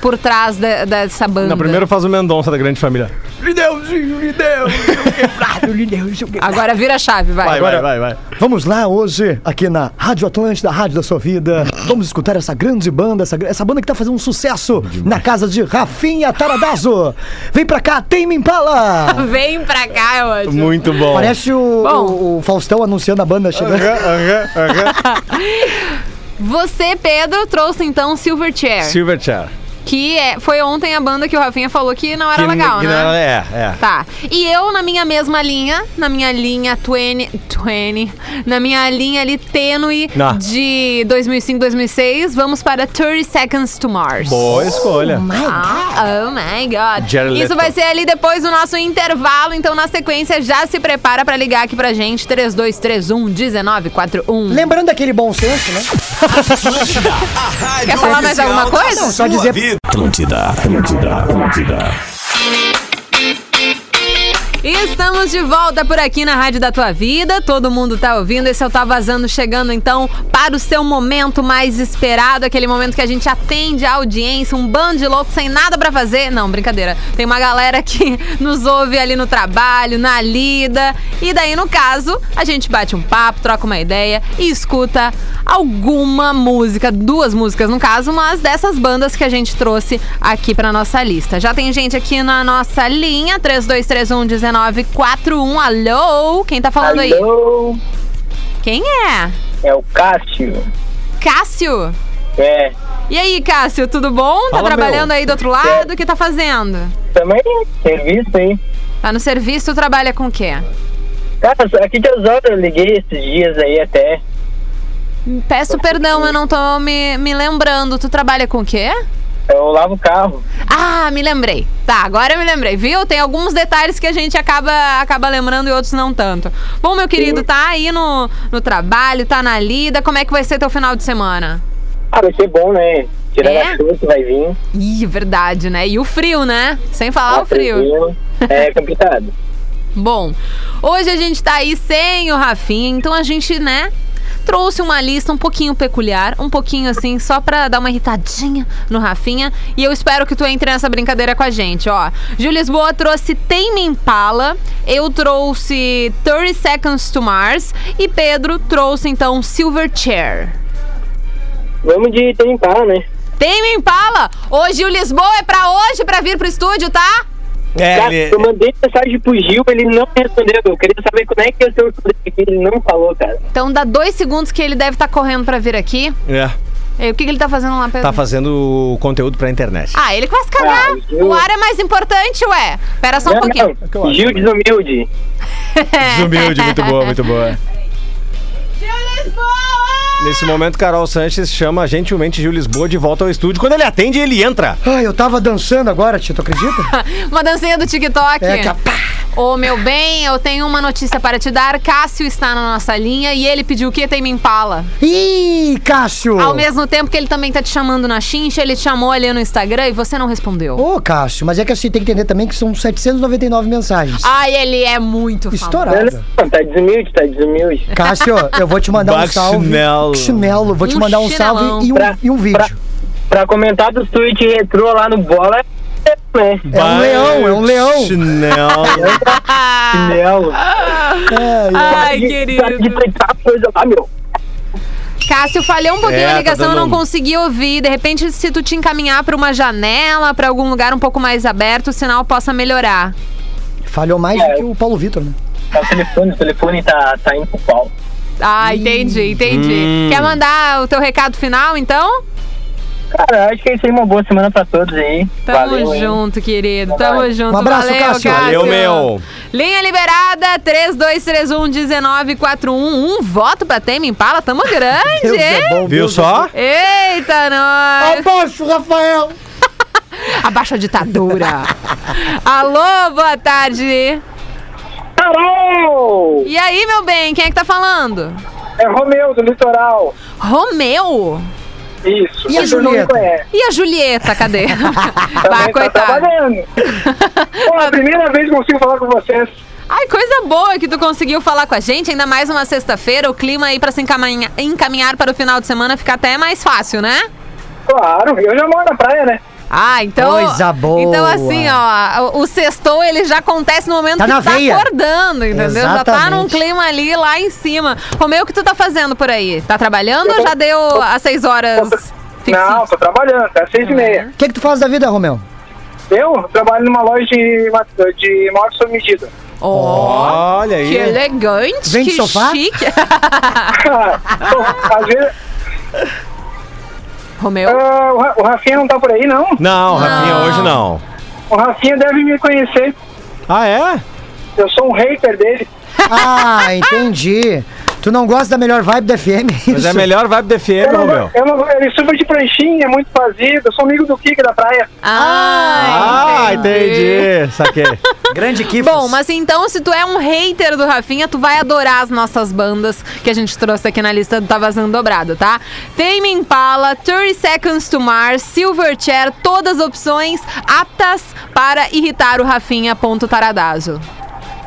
S4: por trás da- dessa banda.
S6: Não, primeiro faz o Mendonça da grande família.
S4: Agora vira a chave, vai.
S6: Vai, vai, vai, vai.
S5: Vamos lá hoje, aqui na Rádio Atlântida, a Rádio da Sua Vida. Vamos escutar essa grande banda, essa, gra- essa banda que tá fazendo um sucesso na casa de Rafinha Taradazo. Vem pra cá, tem me impala!
S4: Vem pra cá, é eu acho.
S6: Muito bom.
S5: Parece o,
S4: Bom.
S5: o- o Faustão anunciando a banda chegando.
S4: Você, Pedro, trouxe então Silverchair,
S6: Silverchair.
S4: que é- foi ontem a banda que o Rafinha falou que não era
S6: Que-
S4: legal,
S6: que
S4: né?
S6: não- é, é.
S4: Tá. E eu, na minha mesma linha, na minha linha 20, 20 na minha linha ali tênue
S6: Ah.
S4: de 2005, 2006, vamos para 30 Seconds to Mars.
S6: Boa escolha.
S4: Ah, oh my God.
S6: Jared Leto.
S4: Isso vai ser ali depois do nosso intervalo, então na sequência já se prepara pra ligar aqui pra gente, 3231 1941.
S5: Lembrando daquele bom senso, né?
S4: Quer falar mais alguma coisa?
S5: Só dizer
S1: Atlântida, Atlântida, Atlântida.
S4: Estamos de volta por aqui na Rádio da Tua Vida. Todo mundo tá ouvindo. Esse é o Tá Vazando, chegando então para o seu momento mais esperado, aquele momento que a gente atende a audiência, um bando de loucos sem nada pra fazer. Não, brincadeira. Tem uma galera que nos ouve ali no trabalho, na lida. E daí, no caso, a gente bate um papo, troca uma ideia e escuta alguma música, duas músicas no caso, mas dessas bandas que a gente trouxe aqui pra nossa lista. Já tem gente aqui na nossa linha, 32311941. Alô? Quem tá falando aí?
S10: Alô,
S4: Quem é?
S10: é o Cássio.
S4: Cássio?
S10: É,
S4: E aí, Cássio, tudo bom? tá
S6: Fala,
S4: trabalhando
S6: meu.
S4: aí do outro lado? O que tá fazendo?
S10: Também, serviço aí.
S4: Tá no serviço, trabalha com o quê?
S10: Cara, aqui de Osório eu liguei esses dias aí até.
S4: Peço perdão, eu não tô me, me lembrando. Tu trabalha com o quê?
S10: Eu lavo o carro.
S4: Ah, me lembrei. Tá, agora eu me lembrei, viu? Tem alguns detalhes que a gente acaba, acaba lembrando e outros não tanto. Bom, meu querido, tá aí no, no trabalho, tá na lida. Como é que vai ser teu final de semana?
S10: Ah, vai ser bom, né? Tirando
S4: É?
S10: a chuva que vai vir.
S4: Ih, verdade, né? E o frio, né? Sem falar
S10: tá
S4: o frio.
S10: friozinho. É complicado.
S4: Bom, hoje a gente tá aí sem o Rafinha, então a gente, né, trouxe uma lista um pouquinho peculiar, um pouquinho assim, só pra dar uma irritadinha no Rafinha. E eu espero que tu entre nessa brincadeira com a gente, ó. Ju Lisboa trouxe Tame Impala, eu trouxe 30 Seconds to Mars e Pedro trouxe, então, Silverchair.
S10: Vamos de tentar, né?
S4: Tame Impala! Hoje o Lisboa é pra hoje, pra vir pro estúdio, tá?
S6: É,
S10: Cara,
S6: ele-
S10: eu mandei mensagem pro Gil, ele não respondeu. Eu queria saber como é que ia ser o sorteio aqui, ele não falou, cara.
S4: Então dá dois segundos que ele deve estar correndo pra vir aqui.
S6: é,
S4: E aí, o que, que ele tá fazendo lá, Pedro?
S6: tá fazendo conteúdo pra internet.
S4: Ah, ele que vai se cagar.
S10: Ah, eu-
S4: O ar é mais importante, ué. Pera só um
S10: não,
S4: pouquinho.
S6: É
S10: não, Gil desumilde.
S8: Desumilde, muito boa, muito boa.
S6: Nesse momento, Carol Sanches chama gentilmente Gil Lisboa de volta ao estúdio. Quando ele atende, ele entra.
S5: Ai, eu tava dançando agora, Tito, tu acredita?
S4: Uma dancinha do TikTok.
S5: É, que a pá.
S4: Ô, meu bem, eu tenho uma notícia para te dar. Cássio está na nossa linha e ele pediu o que tem me impala.
S5: Ih, Cássio!
S4: Ao mesmo tempo que ele também tá te chamando na chincha, ele te chamou ali no Instagram e você não respondeu.
S5: Ô, Cássio, mas é que assim, tem que entender também que são 799 mensagens.
S4: Ai, ele é muito famoso.
S10: Não,
S5: Estourada.
S10: não, tá desumilde, tá desumilde.
S5: Cássio, eu vou te mandar um salve.
S6: Baxinelo.
S5: Chinelo, vou te
S4: Um
S5: mandar um
S4: chinelão.
S5: salve e um,
S10: Pra-
S5: e um vídeo.
S10: pra- Pra comentar dos tweets retrô lá no Bola, né?
S5: É um leão, é um leão.
S6: Chinelo.
S10: Não.
S5: Ai,
S4: Ai,
S10: de- De
S4: querido.
S10: tweetar coisa lá, meu.
S4: Cássio, falhei um pouquinho
S6: É,
S4: a
S6: tá
S4: ligação, eu
S6: dando
S4: não
S6: um-
S4: consegui ouvir. De repente, se tu te encaminhar para uma janela, para algum lugar um pouco mais aberto, o sinal possa melhorar.
S5: Falhou mais
S4: É.
S5: do que o Paulo Vitor, né?
S10: Tá o telefone, o telefone tá, tá indo pro pau.
S4: Ah, entendi, entendi.
S6: Hum.
S4: Quer mandar o teu recado final, então?
S10: Cara, acho que é isso aí, uma boa semana pra todos aí.
S4: Tamo
S10: hein?
S4: junto, querido. Tamo junto.
S5: Um abraço,
S4: Valeu,
S5: Cássio.
S6: Valeu, meu.
S4: Linha liberada, 3231-1941. Um voto pra Temi Impala. Tamo grande, hein?
S5: bom,
S6: Viu
S5: Deus é
S6: só?
S4: Eita, nós!
S5: Abaixo, Rafael!
S4: Abaixa a ditadura. Alô, boa tarde.
S10: Carol!
S4: E aí, meu bem, quem é que tá falando?
S10: É Romeu, do Litoral.
S4: Romeu?
S10: Isso.
S5: E a
S10: Você não me
S5: Julieta?
S10: conhece.
S4: E a Julieta, cadê? Vai,
S10: Também Tá
S4: coitada.
S10: trabalhando. Pô, a primeira vez que eu consigo falar com vocês.
S4: Ai, coisa boa que tu conseguiu falar com a gente. Ainda mais uma sexta-feira, o clima aí pra se encaminha- encaminhar para o final de semana fica até mais fácil, né?
S10: Claro, eu já moro na praia, né?
S4: Ah, então.
S5: Coisa boa.
S4: Então, assim, ó, o o sextou ele já acontece no momento
S5: Tá
S4: que
S5: na
S4: tu tá
S5: veia.
S4: acordando, entendeu? Já tá
S5: Exatamente.
S4: num clima ali lá em cima. Romeu, o que tu tá fazendo por aí? Tá trabalhando ou já deu às seis horas?
S10: Não,
S4: fixinhas?
S10: tô trabalhando, até seis
S4: Uhum.
S10: e meia.
S5: O que, que tu faz da vida, Romeu?
S10: Eu trabalho numa loja de, ma- de móveis sob medida.
S4: Ó,
S6: Olha aí.
S4: que elegante.
S5: Vende
S4: que
S5: sofá?
S4: chique.
S10: Bom, Então, às vezes,
S4: Romeu.
S10: ah, o Ra- o Rafinha não tá por aí, não.
S6: Não, Rafinha, hoje não.
S10: O Rafinha deve me conhecer.
S6: Ah, é?
S10: Eu sou um hater dele.
S5: Ah, entendi. Tu não gosta da melhor vibe da FM?
S6: Mas
S5: isso?
S6: é a melhor vibe do FM,
S10: Eu não,
S6: Romeu.
S10: eu não, ele surfa de pranchinha, é muito vazio. Eu sou amigo do Kika da praia.
S4: Ah,
S6: Ah, entendi. Saquei.
S5: Grande equipe.
S4: Bom, mas então, se tu é um hater do Rafinha, tu vai adorar as nossas bandas que a gente trouxe aqui na lista do Tá Vazando Dobrado, tá? Tame Impala, 30 Seconds to Mars, Silverchair, todas opções aptas para irritar o Rafinha, ponto taradazo.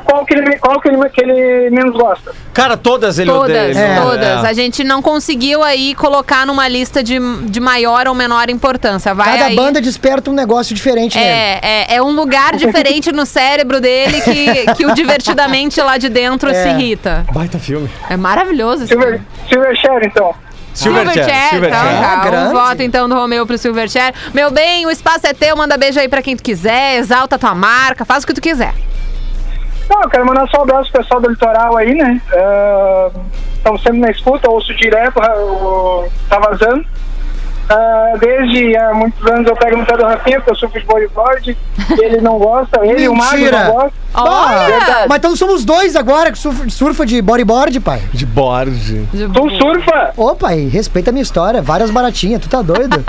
S10: Qual que ele, qual que ele, que ele menos gosta?
S6: Cara, todas ele odeia.
S4: Todas,
S6: ele odeia.
S4: todas.
S6: É.
S4: A gente não conseguiu aí colocar numa lista de, de maior ou menor importância. Vai
S5: Cada
S4: aí.
S5: banda desperta um negócio diferente nele.
S4: É, é, é um lugar diferente no cérebro dele que, que o divertidamente lá de dentro
S5: É.
S4: se irrita.
S6: Baita filme.
S4: É maravilhoso esse
S10: Silver,
S4: filme.
S10: Silver Share, então.
S6: Silverchair.
S4: então,
S6: Silverchair.
S5: Ah,
S4: tá. Um
S5: grande.
S4: voto, então, do Romeu pro Silverchair. Meu bem, o espaço é teu, manda beijo aí pra quem tu quiser, exalta tua marca, faz o que tu quiser.
S10: Não, eu quero mandar só um abraço pro pessoal do litoral aí, né? É, Estão sempre na escuta, ouço direto, ah, o- tá é, vazando. Ah, desde há muitos anos eu pego no pé do Rafinha, porque eu sou de bodyboard, ele não gosta, ele e o Mago
S5: Mentira.
S10: não gosta.
S5: Ah, mas então somos dois agora que surf- surfa de bodyboard, pai.
S6: De Borges.
S10: Tu surfa?
S5: Ô, pai, respeita a minha história. Várias baratinhas, tu tá doido?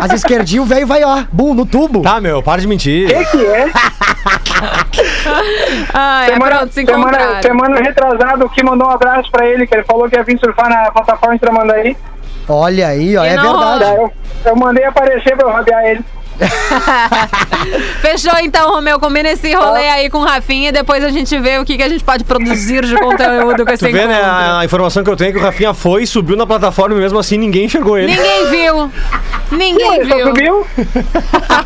S5: As esquerdinhas, o velho vai, ó, bum, no tubo.
S6: Tá, meu, para de mentir.
S10: O que é?
S4: Ah, é pronto, se
S10: semana,
S4: encontraram.
S10: semana retrasada, o que mandou um abraço pra ele, que ele falou que ia vir surfar na plataforma de Tramandaí.
S5: Olha aí, ó,
S4: E
S5: é
S4: não
S5: verdade.
S10: Daí Eu, eu mandei aparecer pra eu rabiar ele.
S4: Fechou então, Romeu. Combina esse rolê aí com o Rafinha e depois a gente vê o que, que a gente pode produzir de conteúdo com esse
S6: Tu vê,
S4: encontro.
S6: né, a a informação que eu tenho é que o Rafinha foi, subiu na plataforma e mesmo assim ninguém enxergou ele.
S4: Ninguém viu. Ninguém
S10: Ele só
S4: viu.
S10: subiu.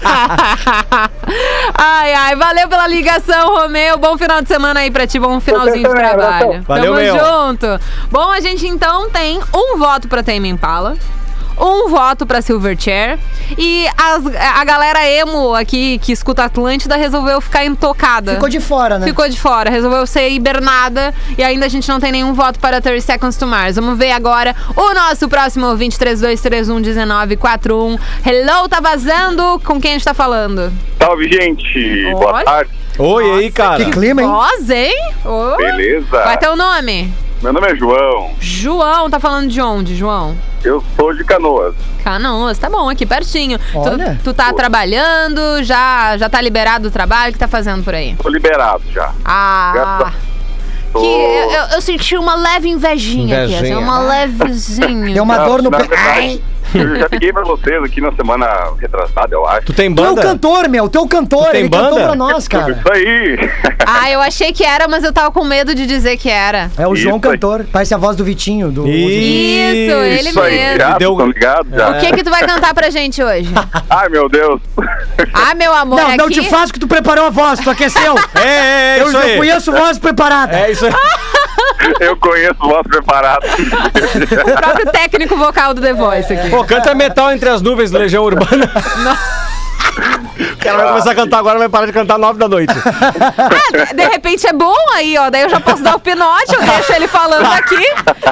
S4: ai, ai, valeu pela ligação, Romeu. Bom final de semana aí pra ti, bom finalzinho de
S10: também,
S4: trabalho.
S10: abração.
S6: Valeu,
S4: Tamo
S6: meu.
S4: junto. Bom, a gente então tem um voto pra Tame Impala. Um voto pra Silverchair. E as- a galera emo aqui que escuta Atlântida resolveu ficar intocada.
S5: Ficou de fora, né?
S4: Ficou de fora, resolveu ser hibernada e ainda a gente não tem nenhum voto para 30 Seconds to Mars. Vamos ver agora o nosso próximo ouvinte, 32311941. Hello, tá vazando? Com quem a gente tá falando?
S7: Salve, gente.
S4: Olha.
S7: Boa tarde.
S6: Oi, aí, cara.
S5: Que clima, hein?
S4: Voz, hein? Oi.
S7: Beleza?
S4: Qual é teu nome?
S7: Meu nome é João.
S4: João, tá falando de onde, João?
S7: Eu sou de Canoas.
S4: Canoas, tá bom, aqui pertinho. Tu-
S5: Olha.
S4: Tu, tá trabalhando, já, já tá liberado do trabalho, o que tá fazendo por aí?
S7: Tô liberado já.
S4: Ah...
S7: Graças- Tô...
S4: Que eu, eu- eu senti uma leve invejinha, aqui, assim,
S6: Invejinha.
S4: uma levezinha.
S5: Deu uma
S7: Não,
S5: dor no
S7: na
S5: pé.
S7: verdade, Eu já liguei pra vocês aqui na semana retrasada, eu acho.
S6: Tu tem
S5: Tu é o
S6: banda?
S5: cantor, meu, tu é o cantor.
S6: Tu tem
S5: Ele cantou
S6: banda?
S5: pra nós, cara.
S7: Isso aí.
S4: Ah, eu achei que era, mas eu tava com medo de dizer que era.
S5: É o
S7: Isso
S5: João
S7: aí.
S5: cantor. Parece a voz do Vitinho.
S4: Isso,
S5: Do...
S4: ele
S7: Isso aí,
S4: mesmo.
S7: já,
S6: Deu-
S7: tão ligado já.
S5: É.
S4: O que que tu vai cantar pra gente hoje?
S7: Ai, meu Deus.
S4: Ah, meu amor,
S5: Não, não
S4: aqui-
S5: te faço que tu preparou a voz, tu aqueceu.
S6: É, é, é
S5: Eu
S6: isso
S5: já
S6: aí.
S5: conheço voz preparada.
S6: É isso aí.
S7: Eu conheço o vosso preparado.
S4: O próprio técnico vocal do The Voice aqui.
S6: Pô, canta metal entre as nuvens, Legião Urbana. O cara vai começar a cantar agora, vai parar de cantar nove da noite.
S4: Ah, de repente é bom aí, ó. Daí eu já posso dar o pinote, eu deixo ele falando aqui,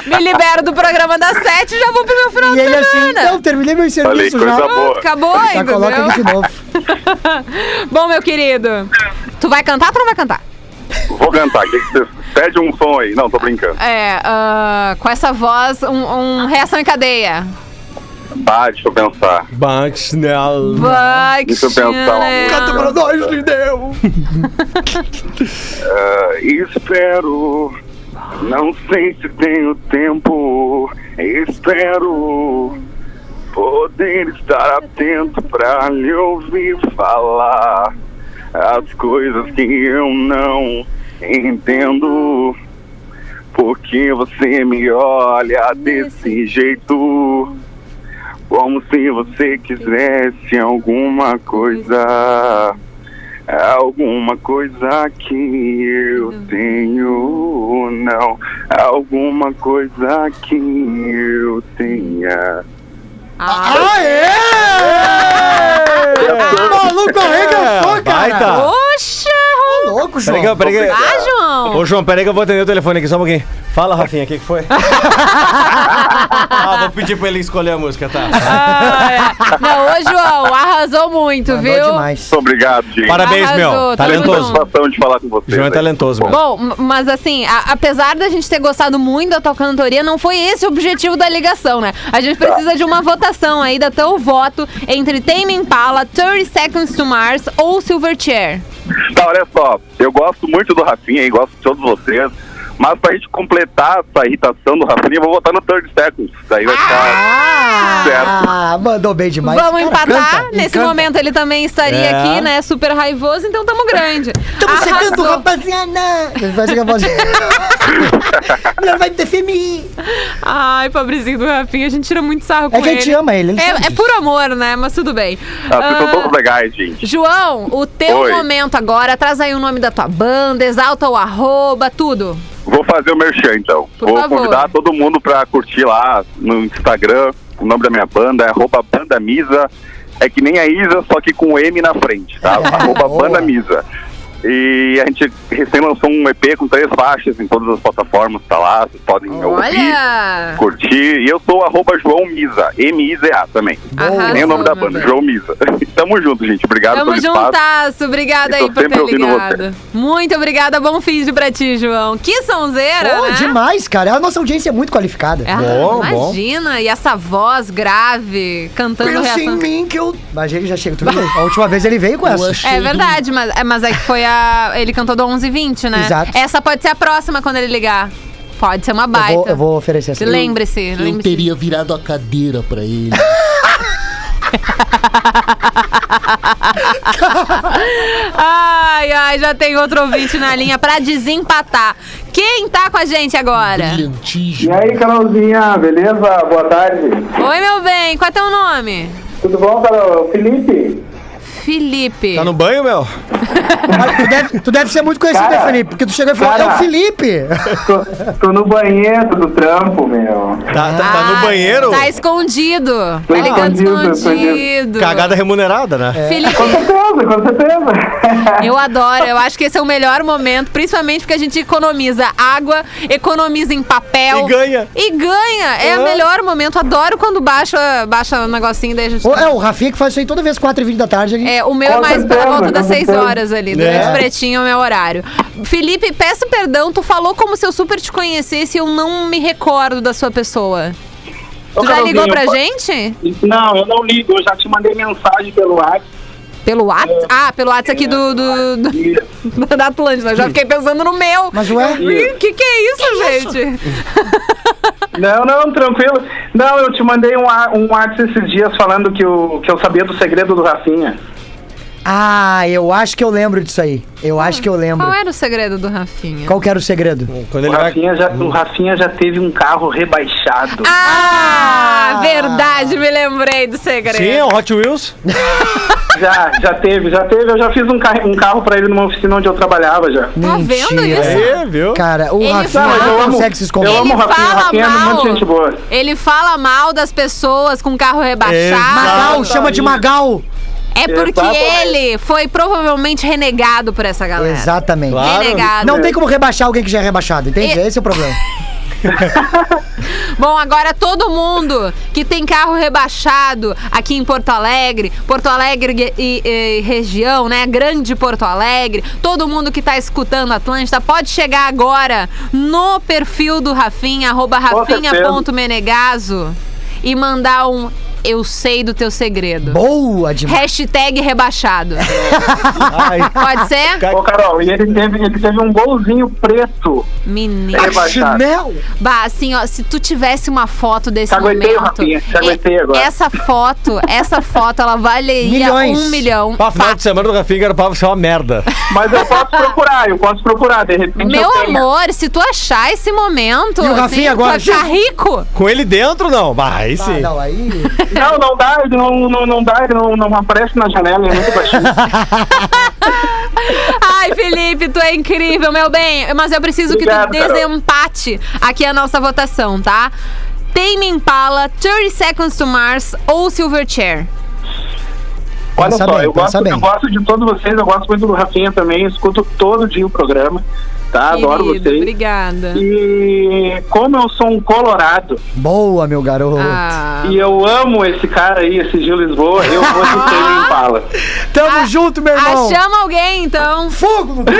S4: me libero do programa das sete e já vou pro meu final
S5: E
S4: de
S5: ele assim,
S4: semana. Ah,
S5: não, terminei meu
S7: Falei,
S5: serviço
S7: coisa
S5: já.
S7: boa.
S4: Acabou,
S5: Já
S4: entendeu?
S5: coloca ele de novo.
S4: Bom, meu querido, tu vai cantar ou tu não vai cantar?
S7: Vou cantar. que que vocês- Pede um som aí. Não, tô brincando.
S4: É, ah, com essa voz, um, um reação em cadeia.
S7: Tá, deixa eu pensar.
S6: Banks, né?
S7: Deixa eu pensar,
S4: né?
S7: amor.
S5: Canta pra nós, Lindeu.
S7: Ah, espero. Não sei se tenho tempo. Espero poder estar atento pra lhe ouvir falar as coisas que eu não entendo. Porque você me olha desse jeito. Como se você quisesse alguma coisa. Alguma coisa que eu tenho, não. Alguma coisa que eu tenha.
S6: Tá
S5: Maluco,
S6: é
S5: arregaçou, cara.
S6: Baita.
S4: Poxa,
S5: Ô, Tá Louco,
S6: tá. Peraí que eu-
S5: João.
S6: peraí que eu-
S4: ah, João!
S6: Ô, João, peraí que eu vou atender o telefone aqui só um pouquinho. Fala, Rafinha, o que, que foi? ah, vou pedir pra ele escolher a música, tá?
S4: Ah, é. Não, ô João, arrasou muito,
S5: Mandou
S4: viu?
S5: demais.
S7: Muito obrigado, gente.
S6: Parabéns,
S4: Arrasou,
S6: meu.
S4: tamo
S6: Talentoso.
S4: junto.
S7: Satisfação de falar com vocês.
S6: João é
S7: aí.
S6: talentoso, meu.
S4: Bom, m- mas assim, a- apesar da gente ter gostado muito da tua cantoria, não foi esse o objetivo da ligação, né? A gente
S7: Tá.
S4: precisa de uma votação aí, da teu voto entre Tame Impala, 30 Seconds to Mars ou Silverchair.
S7: Tá, olha só. Eu gosto muito do Rafinha e gosto de todos vocês. Mas pra gente completar essa irritação do Rafinha, eu vou botar no 30 Seconds. Daí vai ficar certo.
S5: Ah, mandou bem demais.
S4: Vamos
S5: Cara,
S4: empatar.
S5: canta,
S4: Nesse
S5: encanta.
S4: momento ele também estaria
S6: É.
S4: aqui, né? Super raivoso, então tamo grande. Ah,
S5: Estamos chegando,
S4: Arrasou.
S5: rapaziada. Ele vai chegar a voz. Mulher vai me defender.
S4: Ai, pobrezinho do Rafinha, a gente tira muito sarro com
S5: É que a
S4: ele.
S5: gente ama ele, ele sabe
S4: é, é
S5: disso.
S4: por amor, né? Mas tudo bem.
S7: Ah, vocês
S4: Ah,
S7: são todos legais, gente.
S4: João, o teu
S7: Oi.
S4: momento agora, traz aí o nome da tua banda, exalta o arroba, tudo.
S7: Vou fazer o merchan, então.
S4: Por
S7: Vou
S4: favor.
S7: convidar todo mundo pra curtir lá no Instagram. O nome da minha banda é arroba Banda Misa. É que nem a Isa, só que com M na frente, tá? Arroba Banda Misa. E a gente recém lançou um EP com três faixas em todas as plataformas, tá lá, vocês podem ouvir,
S4: Olha!
S7: curtir. E eu sou arroba João Misa, M-I-Z-A também.
S4: Arrasou,
S7: Nem o nome da
S4: meu
S7: banda,
S4: bem.
S7: João Misa. Tamo junto, gente. Obrigado
S4: Tamo
S7: pelo espaço.
S4: juntasso, obrigada aí
S7: Eu tô
S4: por
S7: sempre
S4: ter
S7: ouvindo
S4: ligado. Muito obrigada, bom fim de pra ti, João. Que sonzeira,
S5: Pô,
S4: né?
S5: demais, cara. A nossa audiência é muito qualificada.
S4: Ah,
S6: Bom, bom.
S4: imagina, e essa voz grave cantando
S5: Pensa assim, em
S4: reação.
S5: mim que eu. Mas ele já chega. Tu viu? A última vez ele veio com essa.
S4: É verdade, mas, é, mas é que foi a. Ele cantou do 11 h 20 né?
S5: Exato.
S4: Essa pode ser a próxima quando ele ligar. Pode ser uma baita.
S5: Eu vou, eu vou oferecer essa.
S4: Lembre-se,
S11: Eu
S4: lembre-se.
S11: teria virado a cadeira pra ele.
S4: Ai, ai, já tem outro ouvinte na linha pra desempatar. Quem tá com a gente agora?
S11: Brilhantismo.
S10: aí, Carolzinha, beleza? Boa tarde.
S4: Oi, meu bem, qual é teu nome?
S10: Tudo bom, Carol? É Felipe?
S4: Felipe.
S6: Tá no banho, meu?
S5: Mas tu, deve, tu deve ser muito conhecido,
S10: Cara,
S5: né, Felipe? Porque tu chegou e falou,
S10: cara.
S5: é o Felipe!
S10: Tô, tô no banheiro do trampo, meu.
S6: Tá, tá- tá
S4: Ah,
S6: no banheiro?
S4: Tá escondido.
S10: Tô
S4: Tá ligando
S10: escondido, tô
S4: escondido.
S6: Cagada remunerada, né?
S4: Felipe,
S10: Com certeza, com certeza.
S4: eu adoro. Eu acho que esse é o melhor momento, principalmente porque a gente economiza água, economiza em papel.
S6: E ganha.
S4: E ganha. É o melhor momento. Adoro quando baixa, baixa o negocinho daí a gente.
S5: Ô, é, o Rafinha que faz isso aí toda vez, 4h20 da tarde. Ele...
S4: É, o meu é
S10: Com
S4: mais pela
S10: certeza,
S4: volta das
S10: com
S4: 6
S10: certeza.
S4: horas ali, durante
S6: É.
S4: o pretinho é o meu horário. Felipe, peço perdão, tu falou como se eu super te conhecesse e eu não me recordo da sua pessoa.
S10: Ô,
S4: Tu já ligou
S10: Carolzinha,
S4: pra
S10: eu-
S4: gente?
S10: Não, eu não ligo, eu já te mandei mensagem pelo WhatsApp.
S4: Pelo WhatsApp? Ah, pelo WhatsApp aqui do, do, do- da Atlântida. Eu já fiquei pensando no meu.
S5: Mas ué,
S4: O que, que é isso, gente?
S10: Não, não, tranquilo. Não, eu te mandei um, a- um WhatsApp esses dias falando que, o, que eu sabia do segredo do Rafinha.
S5: ah, eu acho que eu lembro disso aí. Eu acho que eu lembro.
S4: Qual é? era o segredo do Rafinha?
S5: Qual que era o segredo?
S6: É, Quando
S10: O
S6: ele vai.
S10: Rafinha, já, o Rafinha já teve um carro rebaixado.
S4: Ah, verdade, me lembrei do segredo.
S6: Sim, é o Hot Wheels.
S10: Já, já teve, já teve. Eu já fiz um, carro um carro pra ele numa oficina onde eu trabalhava já.
S4: Tá vendo
S5: Mentira.
S4: isso?
S6: É, viu?
S5: Cara, o
S4: Ele
S5: Rafinha
S4: fala-
S5: não
S10: Eu amo-
S5: consegue se esconder.
S10: eu amo-
S4: Ele
S10: o Rafinha,
S4: fala
S10: o Rafinha é
S4: mal.
S10: muito gente boa.
S4: Ele fala mal das pessoas com carro rebaixado.
S5: Magal, chama de Magal!
S4: É porque
S10: Exatamente.
S4: ele foi provavelmente renegado por essa galera.
S5: Exatamente.
S6: Claro.
S4: Renegado.
S5: Não tem como rebaixar alguém que já é rebaixado, entende?
S4: E-
S5: Esse é o problema.
S4: Bom, agora todo mundo que tem carro rebaixado aqui em Porto Alegre, Porto Alegre e, e- e região, né? Grande Porto Alegre, todo mundo que tá escutando Atlântida, pode chegar agora no perfil do Rafinha, arroba rafinha.menegaso e mandar um eu sei do teu segredo.
S5: Boa demais.
S4: Hashtag rebaixado.
S6: Ai,
S4: Pode ser?
S10: Ô, Carol, e ele teve, ele teve um golzinho preto
S4: Menino.
S10: rebaixado.
S5: Chinelo!
S4: Bah, assim, ó, se tu tivesse uma foto desse
S10: Te aguentei,
S4: momento.
S10: Rafinha, te aguentei
S4: e-
S10: agora.
S4: Essa foto, essa foto, ela valeria
S5: Milhões.
S4: um milhão.
S6: Pra final de semana do Rafinha era pra ser uma merda.
S10: Mas eu posso procurar, eu posso procurar, de repente.
S4: Meu
S10: eu tenho.
S4: amor, se tu achar esse momento, assim,
S5: E o Rafinha
S4: tu
S5: agora?
S4: vai ficar rico.
S6: Com ele dentro, não. Bah, aí sim.
S5: Ah, não, aí.
S10: Não, não dá, ele não, não, não dá, ele não, não aparece na janela, ele é muito baixinho.
S4: Ai, Felipe, tu é incrível, meu bem. Mas eu preciso
S10: Obrigado,
S4: que tu
S10: Carol.
S4: desempate aqui a nossa votação, tá? Tame Impala, 30 Seconds to Mars ou Silverchair?
S10: Olha
S5: Pensa
S10: só,
S5: bem,
S10: eu,
S5: pensa
S10: gosto,
S5: bem.
S10: eu gosto de todos vocês, eu gosto muito do Rafinha também, escuto todo dia o programa, tá? Adoro
S4: Querido,
S10: vocês.
S4: Obrigada.
S10: E como eu sou um colorado
S5: Boa, meu garoto.
S4: Ah.
S10: e eu amo esse cara aí, esse Gil Lisboa, eu vou de Tame Impala.
S5: Tamo
S4: Ah,
S5: junto, meu irmão.
S4: Ah, chama alguém, então.
S5: Fogo no dedo!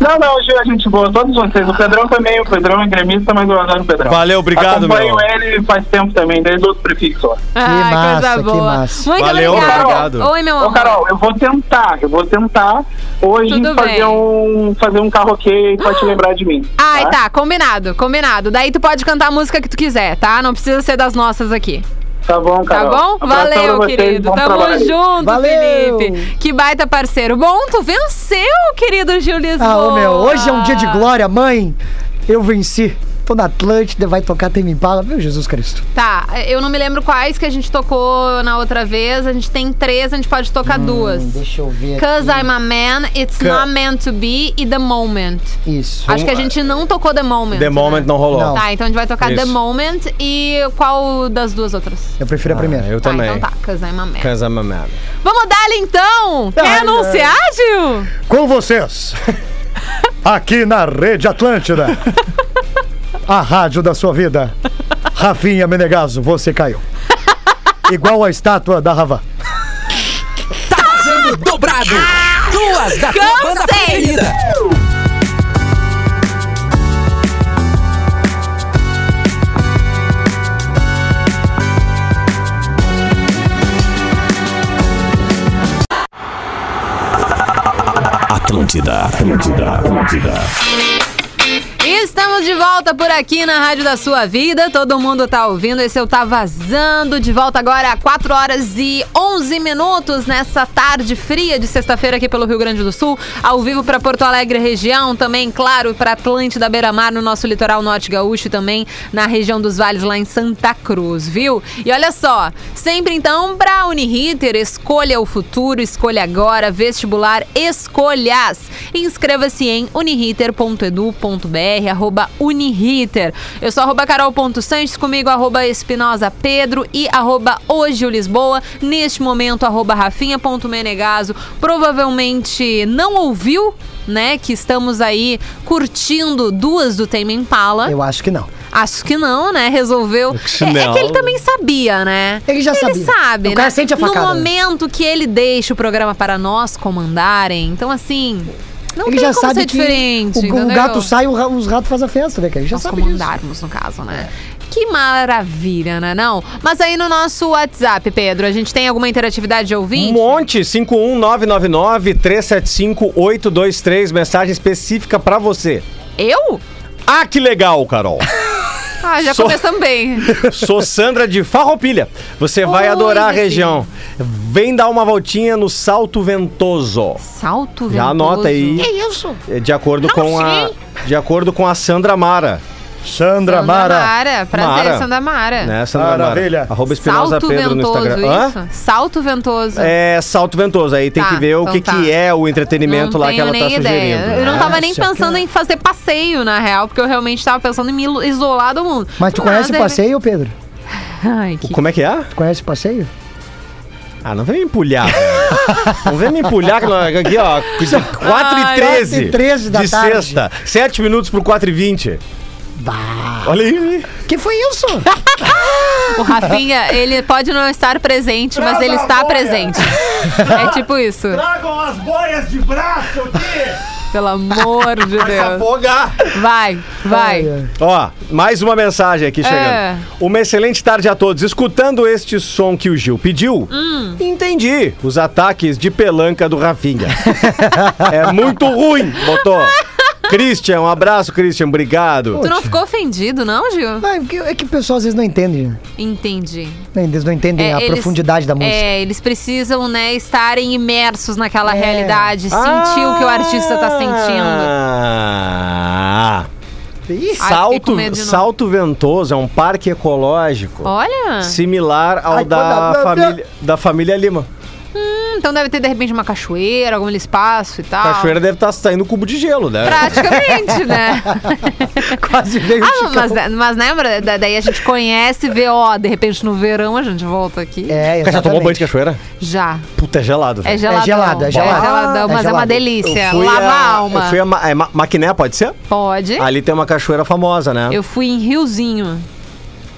S10: Não, não, Gil é gente boa, todos vocês. O Pedrão também, o Pedrão é gremista, mas eu adoro o Pedrão.
S6: Valeu, obrigado,
S10: Acompanho
S6: meu.
S10: ele faz tempo também, desde outro prefixo. ó.
S4: ah,
S5: massa,
S4: coisa
S5: que
S4: boa.
S5: massa.
S4: Muito
S6: Valeu,
S4: obrigada.
S6: obrigado.
S4: Oi, meu
S10: Ô,
S4: amor.
S10: Carol, eu vou tentar, eu vou tentar hoje
S4: Tudo bem.
S10: fazer um, fazer um karaokê pra te lembrar de mim.
S4: Ai, tá, combinado, combinado. Daí tu pode cantar a música que tu quiser, tá? Não precisa ser das nossas aqui.
S10: Tá bom, Carol.
S4: Tá bom?
S10: Abração pra
S4: Valeu,
S10: vocês,
S4: querido.
S10: bom
S4: Tamo
S10: trabalho.
S4: junto,
S5: Valeu.
S4: Felipe. Que baita parceiro. Bom, tu venceu, querido Gil Lisboa.
S5: é um Ah, ô, meu, hoje é um dia de glória, mãe. Eu venci. Tô na Atlântida, vai tocar Tem Me Impala. Meu Jesus Cristo.
S4: Tá, eu não me lembro quais que a gente tocou na outra vez. A gente tem três, a gente pode tocar duas.
S5: Hum, Deixa eu ver.
S4: Cause I'm a Man, It's
S6: Ca-
S4: Not Meant to Be e The Moment.
S5: Isso.
S10: Então,
S4: Acho que a gente não tocou The Moment.
S6: The
S4: né?
S6: Moment não rolou.
S5: Não.
S4: Tá, então a gente vai tocar The
S6: Isso.
S4: Moment e qual das duas outras?
S5: Eu prefiro a primeira.
S6: Eu
S4: tá,
S6: também. é
S4: então tá, Cause I'm a Man.
S6: Cause I'm a man.
S4: Vamos dar-lhe então! Quer
S5: Ai,
S4: anunciar, Gil?
S5: Com vocês, aqui na Rede Atlântida, a rádio da sua vida. Rafinha Menegaso, você caiu. Igual a estátua da Ravá.
S2: Tá fazendo dobrado. Duas da tua banda
S4: Cansei.
S2: preferida.
S1: Atlântida, Atlântida, Atlântida.
S4: Estamos de volta por aqui na Rádio da Sua Vida. Todo mundo tá ouvindo. Esse eu tá vazando. De volta agora a 4 horas e 11 minutos nessa tarde fria de sexta-feira aqui pelo Rio Grande do Sul. Ao vivo para Porto Alegre região, também, claro, para Atlântida Beira-Mar, no nosso litoral norte gaúcho e também na região dos vales lá em Santa Cruz, viu? E olha só, sempre então para Uniriter, escolha o futuro, escolha agora, vestibular, escolhas. Inscreva-se em uniriter.edu.br, arroba Uniriter. Eu sou arroba carol.sanches, comigo arroba espinosa pedro e arroba hoje o Lisboa. Neste momento, arroba rafinha.menegaso. Provavelmente não ouviu, né, que estamos aí curtindo duas do Tame Impala.
S5: Eu acho que não.
S4: Acho que não, né? Resolveu.
S6: Acho que
S4: É, é
S6: não.
S4: que ele também sabia, né?
S5: Ele já
S4: ele
S5: sabia.
S4: sabe.
S5: O cara
S4: né?
S5: sente a facada,
S4: No
S5: né?
S4: momento que ele deixa o programa para nós comandarem. Então, assim. Não
S5: ele
S4: tem
S5: já
S4: como
S5: sabe
S4: ser
S5: que
S4: diferente.
S5: o- o,
S4: entendeu?
S5: gato sai, o ra- os ratos fazem a festa, né, cara? Ele já
S4: nós
S5: sabe disso.
S4: comandarmos, no caso, né? Que maravilha, né? Não? Mas aí no nosso WhatsApp, Pedro, a gente tem alguma interatividade de
S6: Um
S4: ouvinte?
S6: monte, 51999-375-823, mensagem específica pra você.
S4: Eu?
S6: Ah, que legal, Carol.
S4: Ah, já
S6: Só-
S4: começamos bem.
S6: Sou Sandra de Farroupilha. Você vai
S4: Oi,
S6: adorar a
S4: Rafinha.
S6: região. Vem dar uma voltinha no Salto Ventoso.
S4: Salto ventoso.
S6: Já anota aí. É isso? De acordo com a de acordo com a Sandra Mara,
S5: Sandra
S4: Sandra Mara.
S5: Mara.
S4: Prazer,
S6: Mara.
S4: Sandra Mara.
S6: né? Sandra
S5: Maravilha.
S6: Mara. Arroba Espinosa
S4: Salto
S6: Pedro no
S4: ventoso,
S6: Instagram.
S4: isso?
S6: Hã?
S4: Salto ventoso.
S6: É Salto Ventoso. Aí tem
S4: Tá,
S6: que ver o
S4: então
S6: que,
S4: tá.
S6: que é o entretenimento
S4: não
S6: lá
S4: tenho
S6: que ela tá
S4: nem
S6: sugerindo.
S4: ideia. Eu não tava nem
S5: Nossa,
S4: pensando
S5: cara.
S4: em fazer passeio, na real, porque eu realmente tava pensando em me ilo- isolar do mundo.
S5: Mas tu conhece o
S4: deve-
S5: passeio, Pedro?
S4: Ai, que...
S6: Como é que é?
S5: Tu conhece o passeio?
S6: Ah, não vem me empulhar. velho. não vem me empulhar que nós- aqui, ó. 4
S4: Ai,
S6: e 13.
S5: 4 e 13 da
S6: de
S5: tarde.
S6: sexta. 7 minutos pro 4 e 20. Olha aí.
S5: Que foi isso?
S4: O Rafinha, ele pode não estar presente, mas ele está presente. É tipo isso.
S8: Tragam as boias de braço aqui!
S4: Pelo amor de Deus.
S6: Afogar.
S4: Vai, vai.
S6: Ó, mais uma mensagem aqui chegando.
S4: É.
S6: Uma excelente tarde a todos. Escutando este som que o Gil pediu,
S4: Hum.
S6: entendi os ataques de pelanca do Rafinha. é muito ruim, botou. Christian, um abraço, Christian. Obrigado.
S4: Tu não ficou ofendido, não, Gil?
S5: Ah, é que- é que o pessoal às vezes não entende. né?
S4: Entendi.
S5: Eles não entendem
S4: É,
S5: a
S4: eles-
S5: profundidade da música.
S4: É, eles precisam, né, estarem imersos naquela
S5: É. Ah!
S4: realidade, sentir o que o artista tá sentindo.
S6: Ah.
S5: Ih,
S4: Ai, fiquei com
S6: Salto,
S4: medo de novo.
S6: Salto Ventoso é um parque ecológico
S4: Olha,
S6: similar ao
S5: Ai,
S6: da,
S5: quando a-
S6: família, da família Lima.
S4: hum, então deve ter de repente uma cachoeira, algum espaço e tal.
S6: Cachoeira deve estar saindo cubo de gelo, né?
S4: Praticamente, né?
S5: Quase veio o
S4: ah,
S5: Chicão.
S4: mas, mas lembra? Da- Daí a gente conhece, vê, ó, de repente no verão a gente volta aqui.
S5: É,
S6: Já tomou banho de
S5: exatamente.
S6: cachoeira?
S4: Já.
S6: Puta, é gelado.
S4: É
S6: velho.
S4: geladão.
S5: gelado, é gelado.
S4: geladão,
S5: É
S4: mas é uma
S5: gelado.
S4: delícia.
S6: Eu fui
S4: Lava a
S6: Eu
S4: alma.
S6: fui a Ma- é Ma- Maquiné, pode ser?
S4: Pode.
S6: Ali tem uma cachoeira famosa, né?
S4: Eu fui em Riozinho.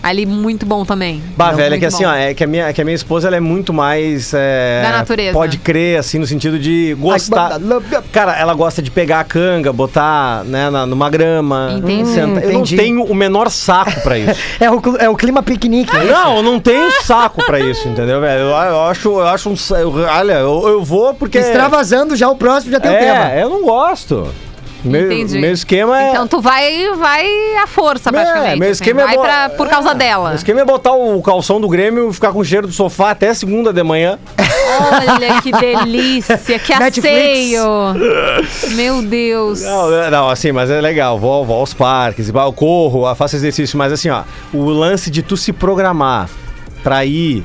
S4: Ali muito bom também.
S6: Bah,
S4: Não,
S6: velho, é
S4: muito
S6: que assim,
S4: bom.
S6: ó, é que a minha, é que a minha esposa ela é muito mais. é,
S4: Da natureza.
S6: Pode crer, assim, no sentido de
S5: Ai,
S6: gostar.
S5: banda, love up.
S6: Cara, ela gosta de pegar a canga, botar, né, na- numa grama.
S4: Entendi.
S6: sentar. Eu não
S5: Entendi.
S6: tenho o menor saco pra isso.
S5: É o, cl- é o clima piquenique. é isso?
S6: não, eu não tenho um saco pra isso, entendeu, velho? Eu, eu acho, eu acho um. sa- eu- olha, eu, eu vou porque.
S5: Extravasando já o próximo, já tem o tema.
S6: É, eu não gosto. Meu,
S4: Entendi.
S6: meu esquema é.
S4: Então tu vai, vai à força, praticamente.
S6: É, meu
S4: assim.
S6: esquema é
S4: vai
S6: bo-
S4: pra- por causa dela.
S6: O esquema é botar o calção do Grêmio e ficar com o cheiro do sofá até segunda de manhã.
S4: Olha que delícia, que
S5: Netflix.
S4: asseio. Meu Deus.
S6: Não, é- não, assim, mas é legal. Vou, vou aos parques, vou, eu corro, eu faço exercício. Mas assim, ó, o lance de tu se programar pra ir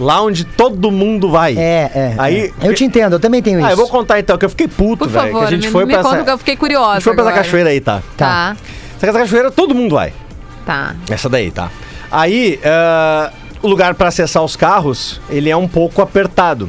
S6: lá onde todo mundo vai.
S5: É, é.
S6: Aí-
S5: é. Eu te entendo, eu também tenho isso.
S6: Ah, eu vou contar então, que eu fiquei puto,
S4: Por
S6: velho. Que
S4: favor,
S6: a gente
S4: me,
S6: foi
S4: me
S6: pra
S4: conta
S6: essa...
S4: que eu fiquei
S6: A
S4: curiosa.
S6: gente foi pra essa
S4: agora.
S6: cachoeira aí, tá?
S4: Tá,
S6: Essa cachoeira todo mundo vai.
S4: tá.
S6: Essa daí, tá? Aí, ah, o lugar pra acessar os carros, ele é um pouco apertado.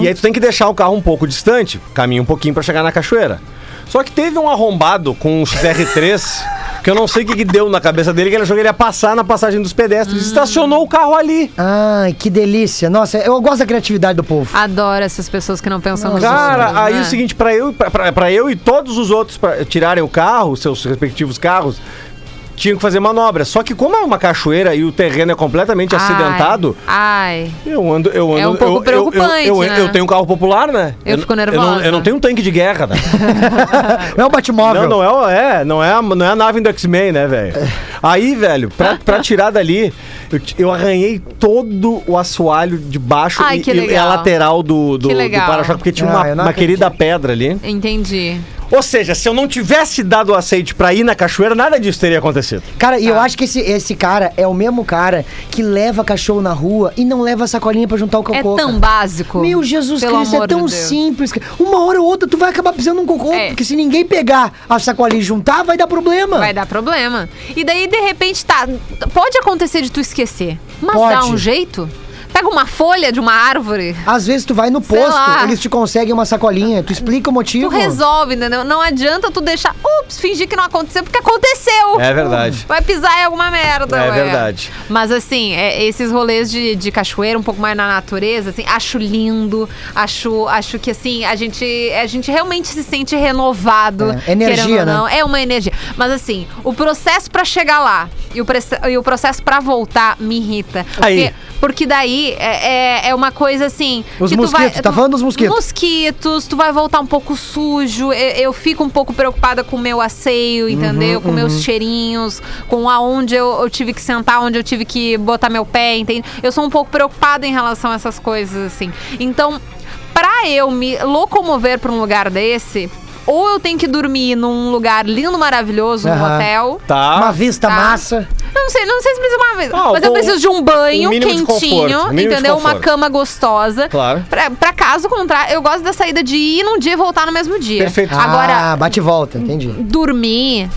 S6: E aí tu tem que deixar o carro um pouco distante, caminha um pouquinho pra chegar na cachoeira. Só que teve um arrombado com um XR3, que eu não sei o que, que deu na cabeça dele, que ele achou que ele ia passar na passagem dos pedestres. Estacionou o carro ali.
S5: Ai, que delícia. Nossa, eu gosto da criatividade do povo.
S4: Adoro essas pessoas que não pensam nos outros,
S6: Cara, aí
S4: né?
S6: o seguinte, pra eu, pra, pra, pra eu e todos os outros pra, tirarem o carro, seus respectivos carros, tinham que fazer manobra. Só que como é uma cachoeira e o terreno é completamente
S4: Ai,
S6: acidentado,
S4: Ai,
S6: Eu ando, eu ando.
S4: É um pouco
S6: eu- eu-
S4: preocupante,
S6: Eu, eu,
S4: né?
S6: eu tenho um carro popular, né?
S4: Eu fico
S6: não- Eu não,
S4: nervosa.
S6: eu não tenho um tanque de guerra, né?
S5: É um batmóvel.
S6: Ah, não, não é, o- é, não é, a, não é a nave do X-Men, né, velho? Aí, velho, pra, pra tirar dali, eu, ti- eu arranhei todo o assoalho de baixo
S4: Ai,
S6: e,
S4: que
S6: e- e a
S4: legal.
S6: lateral do, do,
S4: Que
S6: do
S4: legal.
S6: para-choque, porque tinha
S5: Ah,
S6: uma,
S5: eu não
S6: uma
S5: acredito.
S6: querida pedra ali.
S4: entendi.
S6: Ou seja, se eu não tivesse dado o aceite pra ir na cachoeira, nada disso teria acontecido.
S5: Cara, e eu
S6: Tá.
S5: acho que esse, esse cara é o mesmo cara que leva cachorro na rua e não leva sacolinha pra juntar o
S4: É
S5: cocô.
S4: tão
S5: cara.
S4: básico.
S5: Meu Jesus
S4: Pelo
S5: Cristo, é
S4: amor de
S5: tão
S4: Deus.
S5: simples. cara. Uma hora ou outra tu vai acabar precisando de um cocô,
S4: É.
S5: porque se ninguém pegar a sacolinha e juntar, vai dar problema.
S4: Vai dar problema. E daí, de repente, tá. Pode acontecer de tu esquecer. Mas
S5: Pode.
S4: dá um jeito? Pega uma folha de uma árvore.
S5: Às vezes tu vai no
S4: Sei
S5: posto,
S4: lá.
S5: eles te conseguem uma sacolinha, tu explica o
S4: Tu
S5: motivo.
S4: resolve, entendeu? Não adianta tu deixar. Ups, fingir que não aconteceu, porque aconteceu.
S6: É verdade.
S4: Vai pisar em alguma merda,
S6: É
S4: ué.
S6: verdade.
S4: Mas assim, é, esses rolês de, de cachoeira, um pouco mais na natureza, assim, acho lindo. Acho, acho que assim, a gente, a gente realmente se sente renovado.
S5: É, energia,
S4: querendo ou
S5: né?
S4: não. É uma energia. Mas assim, o processo pra chegar lá e o, prece- e o processo pra voltar me irrita.
S6: Aí.
S4: Porque, porque daí é, é, é uma coisa assim.
S5: Os
S4: que tu vai-
S5: mosquitos, tá
S4: tu-
S5: falando dos mosquitos?
S4: mosquitos, tu vai voltar um pouco sujo. Eu, eu fico um pouco preocupada com o meu asseio, entendeu? com meus cheirinhos, com aonde eu, eu tive que sentar, onde eu tive que botar meu pé, entende? Eu sou um pouco preocupada em relação a essas coisas, assim. Então, pra eu me locomover pra um lugar desse, ou eu tenho que dormir num lugar lindo, maravilhoso, num
S5: Aham.
S4: hotel.
S6: Tá?
S5: Uma vista
S4: Tá.
S5: massa.
S4: Eu não sei, não sei se precisa uma vez.
S6: Ah,
S4: mas eu
S6: o-
S4: preciso de um banho
S6: o mínimo de
S4: quentinho,
S6: conforto, o mínimo de
S4: entendeu? Uma
S6: conforto.
S4: cama gostosa.
S6: Claro.
S4: Pra, pra caso contrário, eu gosto da saída de ir num dia e voltar no mesmo dia.
S6: Perfeito.
S4: Agora,
S5: Ah, bate e volta, entendi.
S4: dormir.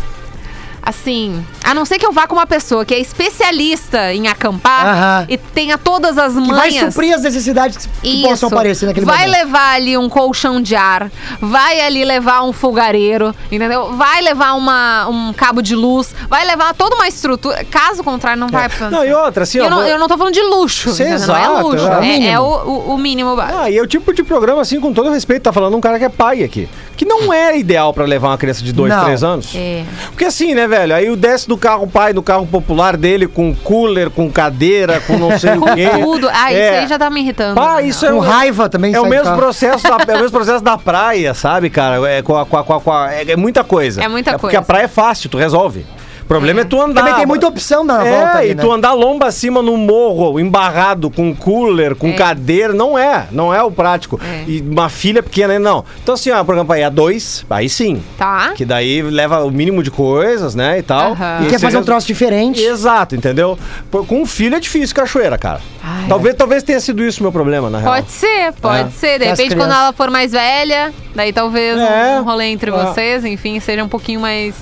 S4: Assim, a não ser que eu vá com uma pessoa que é especialista em acampar
S5: Aham.
S4: e tenha todas as
S5: Que vai
S4: manhas.
S5: suprir as necessidades que possam aparecer naquele
S4: Vai
S5: momento.
S4: levar ali um colchão de ar, vai ali levar um fogareiro, entendeu? Vai levar uma, um cabo de luz, vai levar toda uma estrutura. Caso contrário, não vai. pra-
S6: É. Não, e outra, assim, ó,
S4: eu, não,
S6: vou-
S4: eu não tô falando de luxo.
S6: Sim,
S4: entendeu? não é
S6: exato,
S4: luxo.
S6: é o
S4: É, é
S6: mínimo.
S4: o, o, o mínimo. básico.
S6: Ah, e é o tipo de programa, assim, com todo respeito, tá falando um cara que é pai aqui. Que não é ideal pra levar uma criança de 2,
S5: Não.
S6: 3 anos.
S4: É.
S6: Porque assim, né, velho? Aí o desce do carro pai, do carro popular dele, com cooler, com cadeira, com não sei o quê.
S4: Tudo. Ah,
S6: É.
S4: isso aí já tá me irritando.
S6: Pá,
S4: né?
S6: isso é
S5: Com
S6: o-
S5: raiva também tá-
S6: É o,
S5: sai de
S6: mesmo
S4: tá.
S5: carro.
S6: processo da, é o mesmo processo da praia, sabe, cara? É, com a- com a- com a- com a- é- é muita coisa.
S4: É muita
S6: Porque
S4: coisa.
S6: a praia é fácil, tu resolve. O problema é, tu andar.
S5: Também tem muita opção na
S6: É,
S5: volta ali,
S6: e
S5: né?
S6: tu andar lomba acima num morro, embarrado, com cooler, com cadeira, não é, não é o prático.
S4: É.
S6: E uma filha pequena, não. Então assim, ó, o programa aí a dois, aí sim.
S4: Tá.
S6: Que daí leva o mínimo de coisas, né, e tal.
S4: Aham.
S5: E quer
S6: esse
S5: fazer um
S6: resu-
S5: troço diferente.
S6: Exato, entendeu? Pô, Com um filho é difícil cachoeira, cara.
S4: Ai, é.
S6: talvez, talvez tenha sido isso o meu problema, na real.
S4: Pode ser, pode
S6: É.
S4: ser. De
S5: Tem as
S4: repente, quando
S5: crianças.
S4: ela for mais velha, daí talvez
S6: É.
S4: um rolê entre
S6: É.
S4: vocês, enfim, seja um pouquinho mais.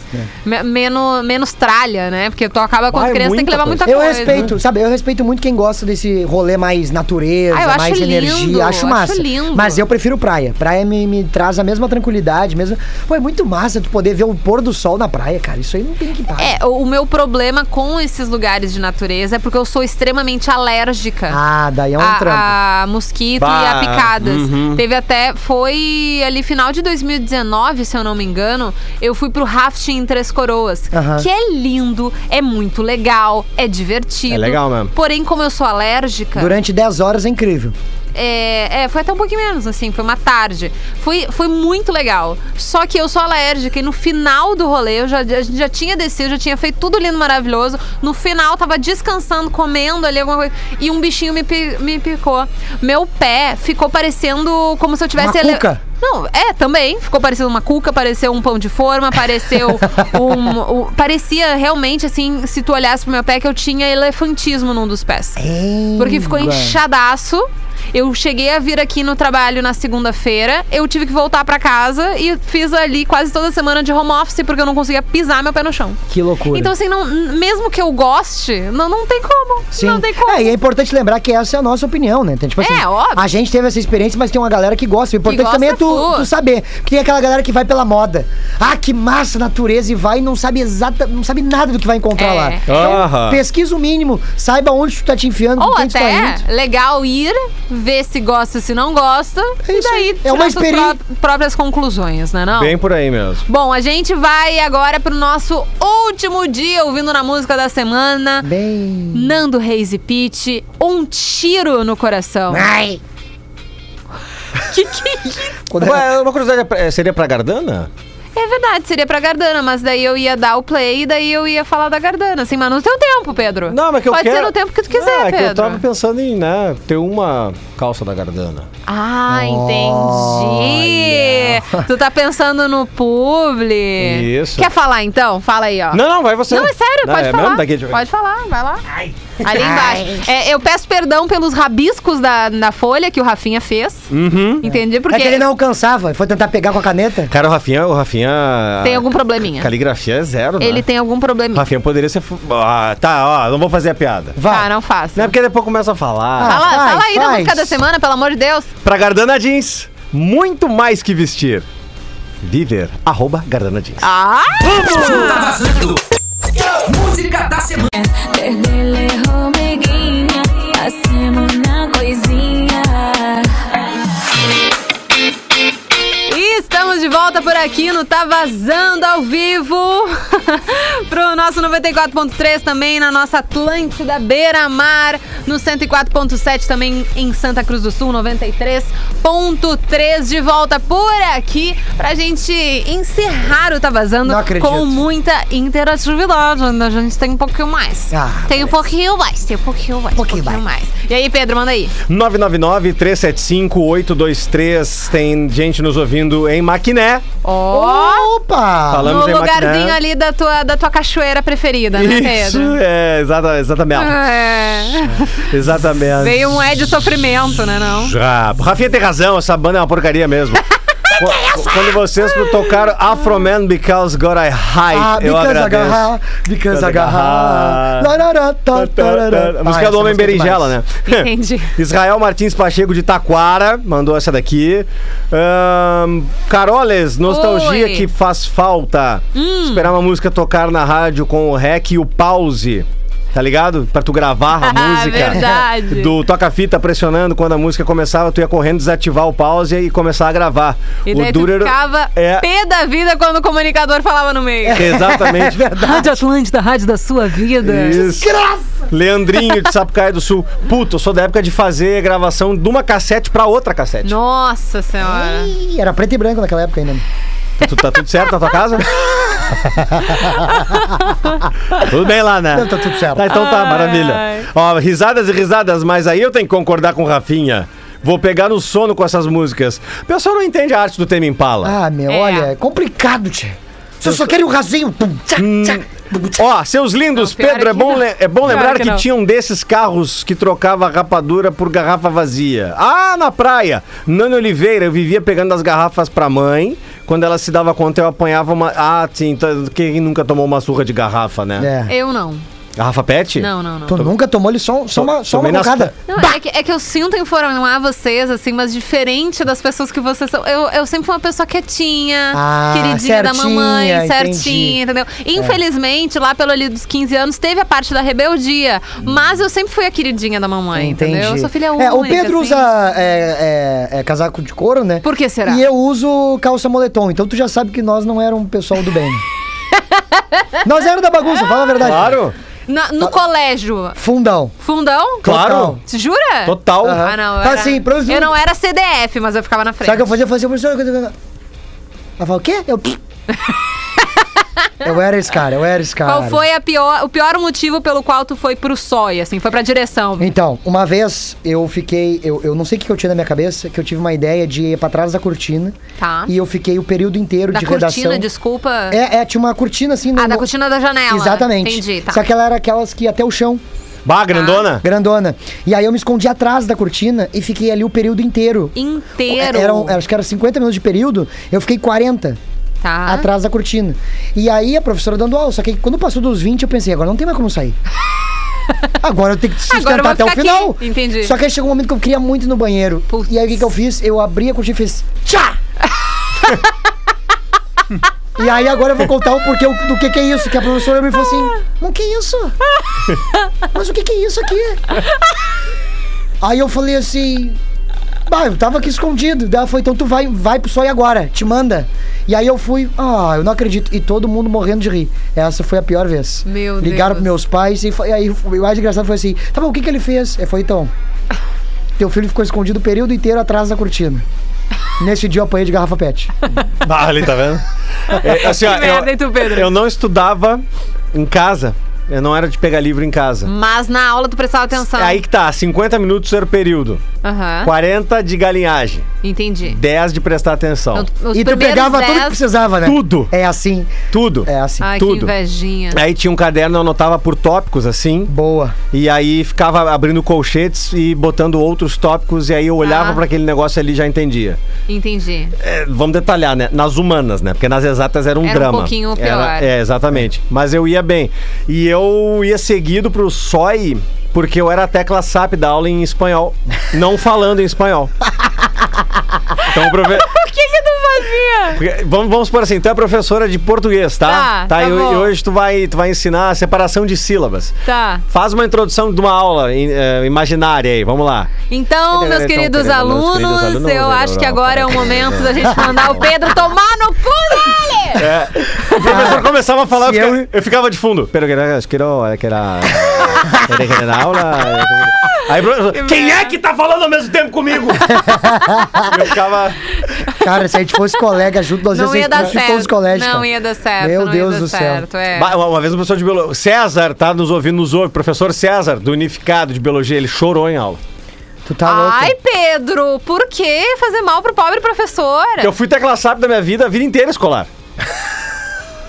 S4: me- menos, menos tralha, né? Porque tu acaba com
S6: Ah, é
S4: a criança, tem que
S6: muita
S4: levar
S6: coisa.
S4: muita
S5: Eu
S4: coisa. né?
S5: respeito, sabe? Eu respeito muito quem gosta desse rolê mais natureza,
S4: Ah, eu acho
S5: mais
S4: lindo,
S5: energia. Acho
S4: acho
S5: massa.
S4: lindo.
S5: Mas eu prefiro praia. Praia me, me traz a mesma tranquilidade, mesmo. Pô, é muito massa tu poder ver o pôr do sol na praia, cara. Isso aí não tem que parar.
S4: É, o o meu problema com esses lugares de natureza é porque eu sou extremamente alérgica.
S5: Ah, daí é um
S4: a,
S5: trampo.
S4: a mosquito e
S6: Bah,
S4: a picadas.
S6: uhum.
S4: Teve até. Foi ali final de 2019, se eu não me engano. Eu fui pro rafting em Três Coroas.
S5: Aham.
S4: Que é lindo, é muito legal, é divertido.
S6: É legal mesmo.
S4: Porém, como eu sou alérgica.
S5: Durante 10 horas é incrível.
S4: É, é, foi até um pouquinho menos, assim, foi uma tarde. Foi, foi muito legal. Só que eu sou alérgica e no final do rolê, eu já, a gente já tinha descido, já tinha feito tudo lindo, maravilhoso. No final, tava descansando, comendo ali alguma coisa. E um bichinho me, pi- me picou. Meu pé ficou parecendo como se eu tivesse.
S5: Uma
S4: ele-
S5: cuca?
S4: Não, é, também. Ficou parecendo uma cuca, pareceu um pão de forma, pareceu um, um- Parecia realmente, assim, se tu olhasse pro meu pé, que eu tinha elefantismo num dos pés. Porque ficou inchadaço. Eu cheguei a vir aqui no trabalho na segunda-feira. Eu tive que voltar pra casa e fiz ali quase toda semana de home office porque eu não conseguia pisar meu pé no chão.
S5: Que loucura.
S4: Então, assim, não, mesmo que eu goste, não, não tem como.
S5: Sim.
S4: Não tem como.
S5: É, e é importante lembrar que essa é a nossa opinião, né? Então, tipo assim,
S4: É, óbvio.
S5: A gente teve essa experiência, mas tem uma galera que gosta. O importante
S4: gosta
S5: também é tu,
S4: full.
S5: tu saber. Porque tem aquela galera que vai pela moda. Ah, que massa a natureza e vai e não sabe exata, não sabe nada do que vai encontrar
S4: É.
S5: lá. Então,
S6: Aham.
S5: Pesquisa o mínimo, saiba onde tu tá te enfiando,
S4: Ou
S5: com quem tu tá
S4: até
S5: indo.
S4: legal ir, ver se gosta, se não gosta,
S5: É
S4: e
S5: isso aí.
S4: daí
S5: É
S4: tirar
S5: uma
S4: suas
S5: experi-
S4: pró- próprias conclusões, né não?
S6: Bem por aí mesmo.
S4: Bom, a gente vai agora pro nosso último dia ouvindo na música da semana.
S5: Bem.
S4: Nando Reis e Pete, um tiro no coração.
S5: Ai!
S4: Que que é isso?
S5: Quando ela-
S6: Ué, uma curiosidade, é pra- é, seria pra Gardana?
S4: É verdade, seria pra Gardana, mas daí eu ia dar o play e daí eu ia falar da Gardana. Assim, mas no teu tempo, Pedro.
S6: Não, mas é que eu
S4: Pode
S6: quero...
S4: ser no tempo que tu quiser,
S6: Não, é
S4: Pedro.
S6: que eu tava pensando em, né, ter uma calça da Gardana.
S4: Ah, entendi. Tu tá pensando no publi.
S6: Isso.
S4: Quer falar então? Fala aí, ó.
S6: Não, não, vai você.
S4: Não, é sério,
S6: Não,
S4: pode
S6: é
S4: falar.
S6: mesmo? Daqui de-
S4: Pode falar, vai lá. Ali embaixo. É, eu peço perdão pelos rabiscos da, da folha que o Rafinha fez. Entendi, porque
S5: É que ele não alcançava, foi tentar pegar com a caneta.
S6: Cara, o Rafinha, o Rafinha...
S4: tem algum probleminha.
S6: Caligrafia é zero, né?
S4: Ele tem algum probleminha.
S6: Rafinha poderia ser... fu- Ah, tá, ó, não vou fazer a piada.
S5: Vai.
S4: Ah, não faço.
S6: Não é porque depois começa a falar.
S5: Ah.
S4: Fala,
S5: faz,
S4: fala aí da
S5: faz.
S4: música da semana, pelo amor de Deus.
S6: Ah, Pra Gardana Jeans, muito mais que vestir. Viver, arroba Gardana Jeans.
S4: Ah!
S2: Tá vazando. Música da semana.
S9: Desde lejos, amiguinha, hacemos una coisinha.
S4: E estamos de volta por aqui no Tá Vazando ao vivo. Pro nosso 94.3 também, na nossa Atlântida Beira Mar. No 104.7 também em Santa Cruz do Sul, 93.3. De volta por aqui pra gente encerrar o Tá Vazando
S5: Não acredito.
S4: com muita interatividade. né? A gente tem um pouquinho mais.
S5: Ah,
S4: tem um pouquinho mais, tem um pouquinho mais.
S5: Pouquinho
S4: mais. E aí, Pedro, manda aí.
S6: 999-375-823. Tem gente nos ouvindo em Maquiné.
S4: Ó!
S5: Opa!
S6: Falando
S4: no
S6: de
S4: lugarzinho
S6: Maquiné.
S4: ali da tua, da tua cachoeira preferida, né,
S6: Isso,
S4: Pedro?
S6: é, exata, exatamente.
S4: É.
S6: Exatamente.
S4: Veio um é de sofrimento, né, não?
S6: Já. Rafinha tem razão, essa banda é uma porcaria mesmo. Qu- Quando vocês tocaram Afro Man Because God I Hide,
S5: Ah,
S6: eu
S5: because
S6: agradeço.
S5: agarrar, because
S6: Because
S5: agarrar.
S6: agarrar.
S5: Larará, tá, tarará.
S6: A
S5: Ah,
S6: música
S5: essa
S6: do Homem
S5: música é
S6: Berinjela,
S5: demais.
S6: né?
S4: Entendi.
S6: Israel Martins Pacheco de Taquara mandou essa daqui. Ahn, Caroles, nostalgia
S4: Oi. Hum.
S6: que faz falta. Esperar uma música tocar na rádio com o rec e o pause. Tá ligado? Pra tu gravar a
S4: Ah,
S6: música.
S4: verdade.
S6: Do toca-fita pressionando quando a música começava, tu ia correndo desativar o pause e começar a gravar.
S4: E
S6: o
S4: daí tu ficava
S6: é
S4: pé da vida quando o comunicador falava no meio.
S6: exatamente
S4: Rádio Atlântida, rádio da sua vida.
S6: Isso. Leandrinho de Sapucaia do Sul. Puta, eu sou da época de fazer gravação de uma cassete pra outra cassete.
S4: Nossa
S6: né?
S4: senhora.
S5: Ih, Era preto e branco naquela época ainda. né?
S6: Tu, tá tudo certo na tua casa? tudo bem lá, né?
S5: Não, tá tudo certo.
S6: Tá, então tá, maravilha.
S4: Ai.
S6: Ó, risadas e risadas, mas aí eu tenho que concordar com o Rafinha. Vou pegar no sono com essas músicas. O pessoal não entende a arte do Tema Impala.
S5: Ah, meu,
S4: É.
S5: olha, é complicado, tia. Você só quer o rasinho. Pum, tchá, tchá, pum, tchá.
S6: Ó, seus lindos,
S4: Não, pior
S6: Pedro, é
S4: que
S6: bom,
S4: não.
S6: le- é bom
S4: Pior
S6: lembrar
S4: que
S6: que,
S4: não.
S6: tinha um desses carros que trocava rapadura por garrafa vazia. Ah, na praia! Nani Oliveira, eu vivia pegando as garrafas pra mãe. Quando ela se dava conta, eu apanhava uma. Ah, sim, tá- quem nunca tomou uma surra de garrafa, né?
S5: É.
S4: Eu não.
S6: Garrafa pet?
S4: Não, não, não.
S5: Tu nunca tomou ele só, só uma, só uma
S6: tomei nas
S5: bocada.
S4: Não, é, que, é que eu sinto informar vocês, assim, mas diferente das pessoas que vocês são. Eu, eu sempre fui uma pessoa quietinha,
S5: Ah,
S4: queridinha da
S5: certinha,
S4: mamãe,
S5: entendi. É.
S4: certinha, entendeu? Infelizmente, lá pelo ali dos 15 anos, teve a parte da rebeldia, mas eu sempre fui a queridinha da mamãe, É, entendeu? Eu sou filha única.
S5: Hum. É, o Pedro
S4: assim.
S5: usa é, é, é, casaco de couro, né?
S4: Por que será?
S5: E eu uso calça moletom, então tu já né? sabe que nós não éramos um pessoal do bem. nós éramos da bagunça, fala a verdade.
S6: Claro.
S4: Na- no colégio.
S5: Fundão.
S4: Fundão?
S6: Claro.
S4: Você jura?
S6: Total.
S4: Ah, não. Eu,
S5: Ah,
S4: era,
S5: sim, produz-
S4: eu não era CDF, mas eu ficava na frente.
S5: Sabe o que eu fazia? assim, Eu fazia professor. Ela fala, o quê? Eu. eu era esse cara, eu era esse cara.
S4: Qual foi a pior, o pior motivo pelo qual tu foi pro SOI, assim? Foi pra direção.
S5: Então, uma vez eu fiquei. Eu, eu não sei o que que eu tinha na minha cabeça, que eu tive uma ideia de ir pra trás da cortina.
S4: Tá.
S5: E eu fiquei o período inteiro
S4: da
S5: de
S4: cortina,
S5: redação.
S4: desculpa.
S5: É, é, tinha uma cortina assim.
S4: Ah,
S5: no-
S4: da cortina da janela.
S5: Exatamente.
S4: Entendi, tá.
S5: Só que ela era aquelas que ia até o chão.
S6: Bah, grandona.
S5: Grandona. E aí eu me escondi atrás da cortina e fiquei ali o período inteiro.
S4: Inteiro.
S5: Eram, acho que era 50 minutos de período, eu fiquei 40
S4: Tá.
S5: atrás da cortina. E aí a professora dando aula, só que quando passou dos 20, eu pensei, agora não tem mais como sair. Agora eu tenho que
S4: Agora eu
S5: sustentar
S4: vou
S5: até o
S4: ficar
S5: final.
S4: aqui. Entendi.
S5: Só que aí chegou um momento que eu queria muito ir no banheiro. E aí o que, que eu fiz? Eu abri a cortina e fiz tchá! e aí agora eu vou contar o porquê do que, que é isso. Que a professora me falou assim: Mas que é isso? Mas o que, que é isso aqui? Aí eu falei assim. Bah, eu tava aqui escondido. Daí ela falou, então tu vai, vai pro sonho agora, te manda. E aí eu fui, ah, eu não acredito. E todo mundo morrendo de rir. Essa foi a pior vez.
S4: Meu
S5: Ligaram
S4: Deus.
S5: pros meus pais e, foi- e aí o mais engraçado foi assim: tá bom, o que, que ele fez? Eu falei, então. Teu filho ficou escondido o período inteiro atrás da cortina. Nesse dia eu apanhei de garrafa pet.
S6: Ah, ali, tá vendo? É, assim, ó,
S4: Que merda, hein, tu, Pedro?
S6: eu não estudava em casa. Eu não era de pegar livro em casa.
S4: Mas na aula tu prestava atenção.
S6: É aí que tá, 50 minutos era o período.
S4: Aham.
S5: tá.
S6: 40 de galinhagem,
S4: Entendi.
S6: 10 de prestar atenção.
S4: Então, os
S5: e tu
S4: primeiros
S5: pegava tudo que
S4: 10
S5: precisava, né?
S6: Tudo,
S5: É assim,
S6: tudo.
S5: é assim.
S4: Ai, que
S6: tudo.
S4: invejinha.
S6: Aí tinha um caderno, eu anotava por tópicos, assim.
S5: Boa.
S6: E aí ficava abrindo colchetes e botando outros tópicos. E aí eu olhava
S4: Ah.
S6: pra aquele negócio ali e já entendia.
S4: Entendi.
S6: É, vamos detalhar, né? Nas humanas, né? Porque nas exatas era um
S4: Era um
S6: drama.
S4: pouquinho pior.
S6: é, exatamente. Mas eu ia bem. E eu ia seguido pro SOI, porque eu era a tecla SAP da aula em espanhol. Não falando em espanhol. Então, profe...
S4: O que que tu fazia?
S6: porque- vamos, vamos por assim, tu é professora de português, tá?
S4: Tá, tá
S6: e, e
S4: bom.
S6: hoje tu vai, tu vai ensinar a separação de sílabas.
S4: Tá.
S6: Faz uma introdução de uma aula em- eh, imaginária aí, vamos lá.
S4: Então, meus
S6: Então,
S4: queridos
S6: queridos alunos,
S4: alunos,
S6: queridos alunos, tá.
S4: eu acho que agora é o momento da gente mandar o Pedro tomar no cu dele!
S6: É. O professor começava a falar, eu
S5: se
S6: ficava,
S5: eu-
S6: eu ficava de fundo. Pero que era, que era, que era, que era na aula. Aí, professor, quem é que tá falando ao mesmo tempo comigo? eu ficava.
S5: Cara, se a gente fosse colega junto, nós
S4: Não ia dar
S5: expulsos de todos os
S4: certo.
S5: colégios.
S4: não
S5: cara.
S4: ia dar certo.
S5: Meu
S4: não
S5: Deus
S4: ia dar
S5: do céu.
S4: certo, é.
S6: Bah, Uma, uma vez um professor de biologia. César tá nos ouvindo, nos ouve. Professor César, do Unificado de Biologia, ele chorou em aula.
S5: Tu tá louco.
S4: Ai, Pedro, por que fazer mal pro pobre professor?
S6: Porque eu fui tecla SAP da minha vida, a vida inteira escolar.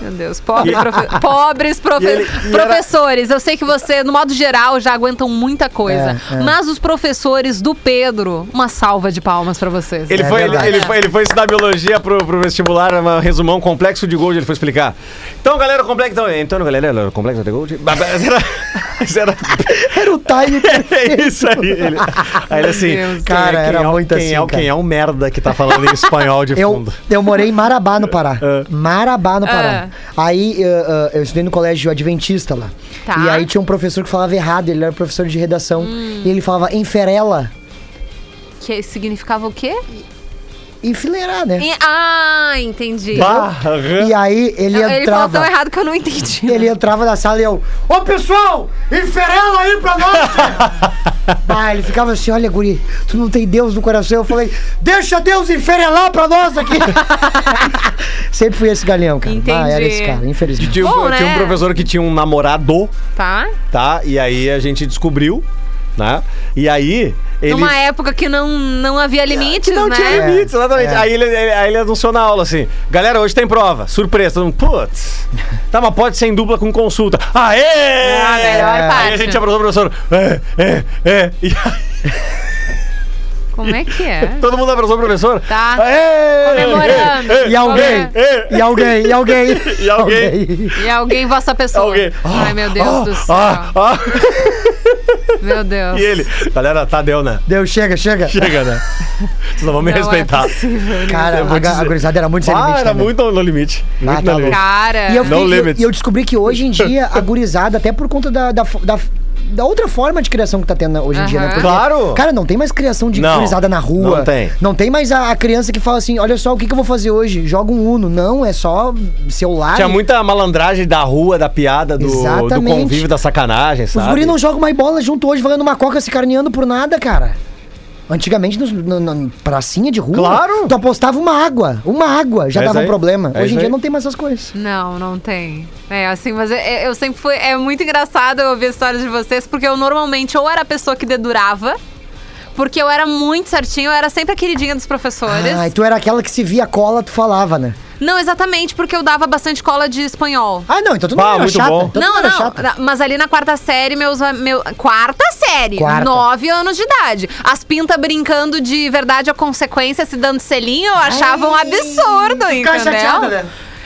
S4: Meu Deus, pobre profe- pobres profe-
S6: E ele- e era-
S4: professores. Eu sei que você, no modo geral, já aguentam muita coisa.
S5: É, é.
S4: Mas os professores do Pedro, uma salva de palmas pra vocês.
S6: Ele,
S5: É
S6: foi, ele,
S5: verdade.
S6: ele foi, ele foi estudar biologia pro, pro vestibular, um resumão complexo de Gold, ele foi explicar. Então, galera, o complexo. Então, então galera, o complexo de Gold. Mas Era, mas era,
S5: Era o time que...
S6: é isso aí. Ele, aí ele assim,
S4: Deus.
S6: quem
S5: Cara,
S6: é, quem
S5: era
S6: é, o-
S5: muito
S6: quem
S5: assim,
S6: É, o-
S5: cara.
S6: quem é o merda que tá falando em espanhol de
S5: Eu,
S6: fundo?
S5: eu morei em Marabá, no Pará. Marabá, no Pará.
S4: Ah.
S5: Aí eu, eu- eu estudei no colégio adventista lá.
S4: Tá.
S5: E aí tinha um professor que falava errado, ele era professor de redação.
S4: Hum.
S5: E ele falava enferela.
S4: Que significava o quê?
S5: Enfileirar, né?
S4: E- Ah, entendi.
S6: Bah, aham.
S5: E aí ele
S4: ele falou tão
S5: entrava.
S4: errado que eu não entendi. né?
S5: Ele entrava na sala e eu, ô pessoal, enferela aí pra nós! cara." ah, ele ficava assim, olha, Guri, tu não tem Deus no coração. Eu falei, deixa Deus enferelar pra nós aqui! Sempre fui esse galeão, cara. Ah, era
S4: Entendi.
S5: esse cara, infelizmente.
S6: Tinha, um-
S4: Bom, né?
S6: tinha um professor que tinha um namorado,
S4: Tá?
S6: tá? E aí a gente descobriu, né? E aí ele.
S4: Numa época que não, não havia limites,
S6: não
S4: né?
S6: tinha limites, exatamente.
S5: é.
S6: Aí, ele, ele- aí ele anunciou na aula assim: galera, hoje tem prova. Surpresa. Todo mundo, putz. Tá, mas pode ser em dupla com consulta. Aê!
S4: Ah, melhor
S6: Aí a
S4: parte.
S6: gente abraçou o professor. É, é, é. E aí,
S4: Como é que é?
S6: todo mundo abraçou o professor.
S4: Tá.
S6: Aê! é,
S4: Comemorando.
S6: Ê, ê,
S5: E alguém,
S4: Qual
S6: ê, ê.
S5: e alguém, e alguém.
S6: E alguém.
S4: E alguém, vossa pessoa.
S6: Alguém.
S4: Ai, meu Deus do céu.
S6: Ah, ah.
S4: Meu Deus.
S6: E ele, galera, tá deu, né?
S5: Deu, chega, chega.
S6: Chega, né? Vocês não vão me
S4: Não é
S6: respeitar.
S4: possível, né?
S5: Cara,
S6: Eu vou
S5: a, ga-
S6: dizer.
S5: a gurizada era muito sem
S6: Ah,
S5: limite
S6: era
S5: também.
S6: muito no limite.
S5: Ah,
S6: Muito
S5: tá
S6: no limite.
S5: louco.
S4: Cara.
S5: E eu,
S6: No
S5: fiquei- eu-
S6: limits.
S5: e eu descobri que hoje em dia a gurizada, até por conta da, da, fo- da- da outra forma de criação que tá tendo hoje em dia, né?
S6: Aham. Claro.
S5: Cara, não tem mais criação de
S6: Não,
S5: gurizada na rua.
S6: não tem.
S5: Não tem mais a, a criança que fala assim: olha só, o que, que eu vou fazer hoje? Joga um Uno. Não, é só celular.
S6: Tinha
S5: e-
S6: muita malandragem da rua, da piada, do, do
S5: Exatamente.
S6: convívio, da sacanagem,
S5: Os
S6: sabe?
S5: guri não jogam mais bola junto hoje, valendo uma coca, se carneando por nada, cara. Antigamente, nos, na, na pracinha de rua,
S4: Claro.
S5: tu apostava uma água. Uma água já
S4: É
S5: dava
S4: isso aí.
S5: um problema.
S4: É
S5: hoje
S4: isso
S5: em dia
S4: aí.
S5: não tem mais essas coisas.
S4: Não, não tem. É, assim, mas eu, eu sempre fui. É muito engraçado eu ouvir a história de vocês, porque eu normalmente ou era a pessoa que dedurava, porque eu era muito certinho, eu era sempre a queridinha dos professores.
S5: Ah, e tu era aquela que se via cola, tu falava, né?
S4: Não, exatamente, porque eu dava bastante cola de espanhol.
S5: Ah, não, então tu não Bah, era muito chata, bom. então tu
S4: não,
S5: não era
S4: não,
S5: chata.
S4: na- mas ali na quarta série, meus. a- Meu, quarta série,
S5: Quarta.
S4: nove anos de idade. As pintas brincando de verdade a consequência, se dando selinho, eu achava um absurdo,
S12: Ficava
S4: entendeu?
S12: chateada, né?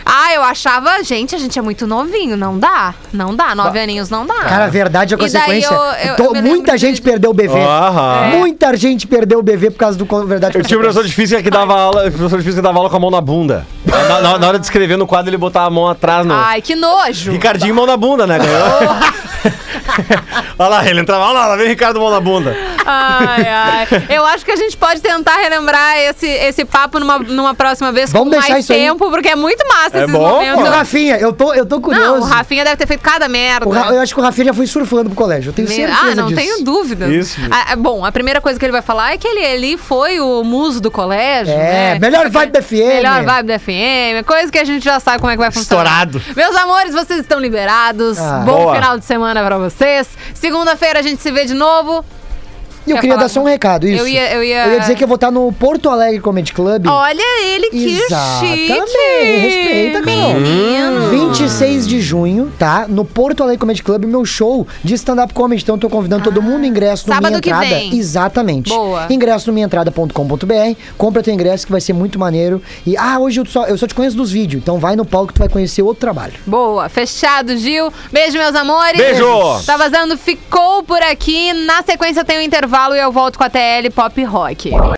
S4: Ah, eu achava, gente, a gente é muito novinho, não dá, não dá, nove aninhos não dá.
S5: Cara, a verdade é a
S4: E daí
S5: consequência.
S4: eu- eu-
S5: Tô-
S4: eu me lembro
S5: muita gente perdeu o BV.
S6: Aham. É.
S5: Muita gente perdeu o BV por causa do co- verdade.
S6: Eu tinha um professor de física que dava aula, um professor de física dava aula com a mão na bunda. Na, na- na hora de escrever no quadro, ele botava a mão atrás no.
S4: Ai, que nojo.
S6: Ricardinho mão na bunda, né? galera? Olha lá, ele entrava, olha lá, lá vem Ricardo mão na bunda.
S4: Ai, ai. Eu acho que a gente pode tentar relembrar esse, esse papo numa, numa próxima vez
S5: Vamos
S4: com
S5: deixar
S4: mais
S5: isso aí.
S4: tempo, porque é muito massa esses
S5: E o
S4: momentos.
S5: Rafinha, eu tô, eu tô
S4: Não, o
S5: curioso.
S4: Rafinha deve ter feito cada merda.
S5: O Ra- eu acho que o Rafinha já foi surfando pro colégio. Eu tenho
S4: Me-
S5: certeza
S4: Ah, não
S5: disso.
S4: tenho dúvida.
S5: Isso.
S4: Ah, bom, a primeira coisa que ele vai falar é que ele ali foi o muso do colégio.
S5: É,
S4: né?
S5: melhor vibe da FM.
S4: Melhor vibe da FM, coisa que a gente já sabe como é que vai funcionar.
S5: Estourado.
S4: Meus amores, vocês estão liberados.
S5: Ah,
S4: Bom
S5: boa.
S4: final de semana pra vocês. Segunda-feira a gente se vê de novo.
S5: E eu
S4: Quer
S5: queria
S4: falar
S5: dar só um recado, isso.
S4: Eu ia- eu ia-
S5: dizer que eu vou estar no Porto Alegre Comedy Club.
S4: Olha ele que
S5: Exatamente.
S4: chique.
S5: Respeita, Carol.
S4: Menino.
S5: 26 de junho, tá? No Porto Alegre Comedy Club, meu show de stand-up comedy. Então, eu tô convidando todo mundo. Ingresso no
S4: Ah, Sábado
S5: Minha
S4: que
S5: Entrada.
S4: vem.
S5: Exatamente.
S4: Boa.
S5: Ingresso no minhaentrada.com.br. Compra teu ingresso, que vai ser muito maneiro. E, ah, hoje eu só, eu só te conheço dos vídeos. Então, vai no palco, tu vai conhecer outro trabalho.
S4: Boa, fechado, Gil. Beijo, meus amores.
S5: Beijo.
S4: Tá um vazando, ficou por aqui. Na sequência tem o intervalo e eu volto com a TL Pop Rock.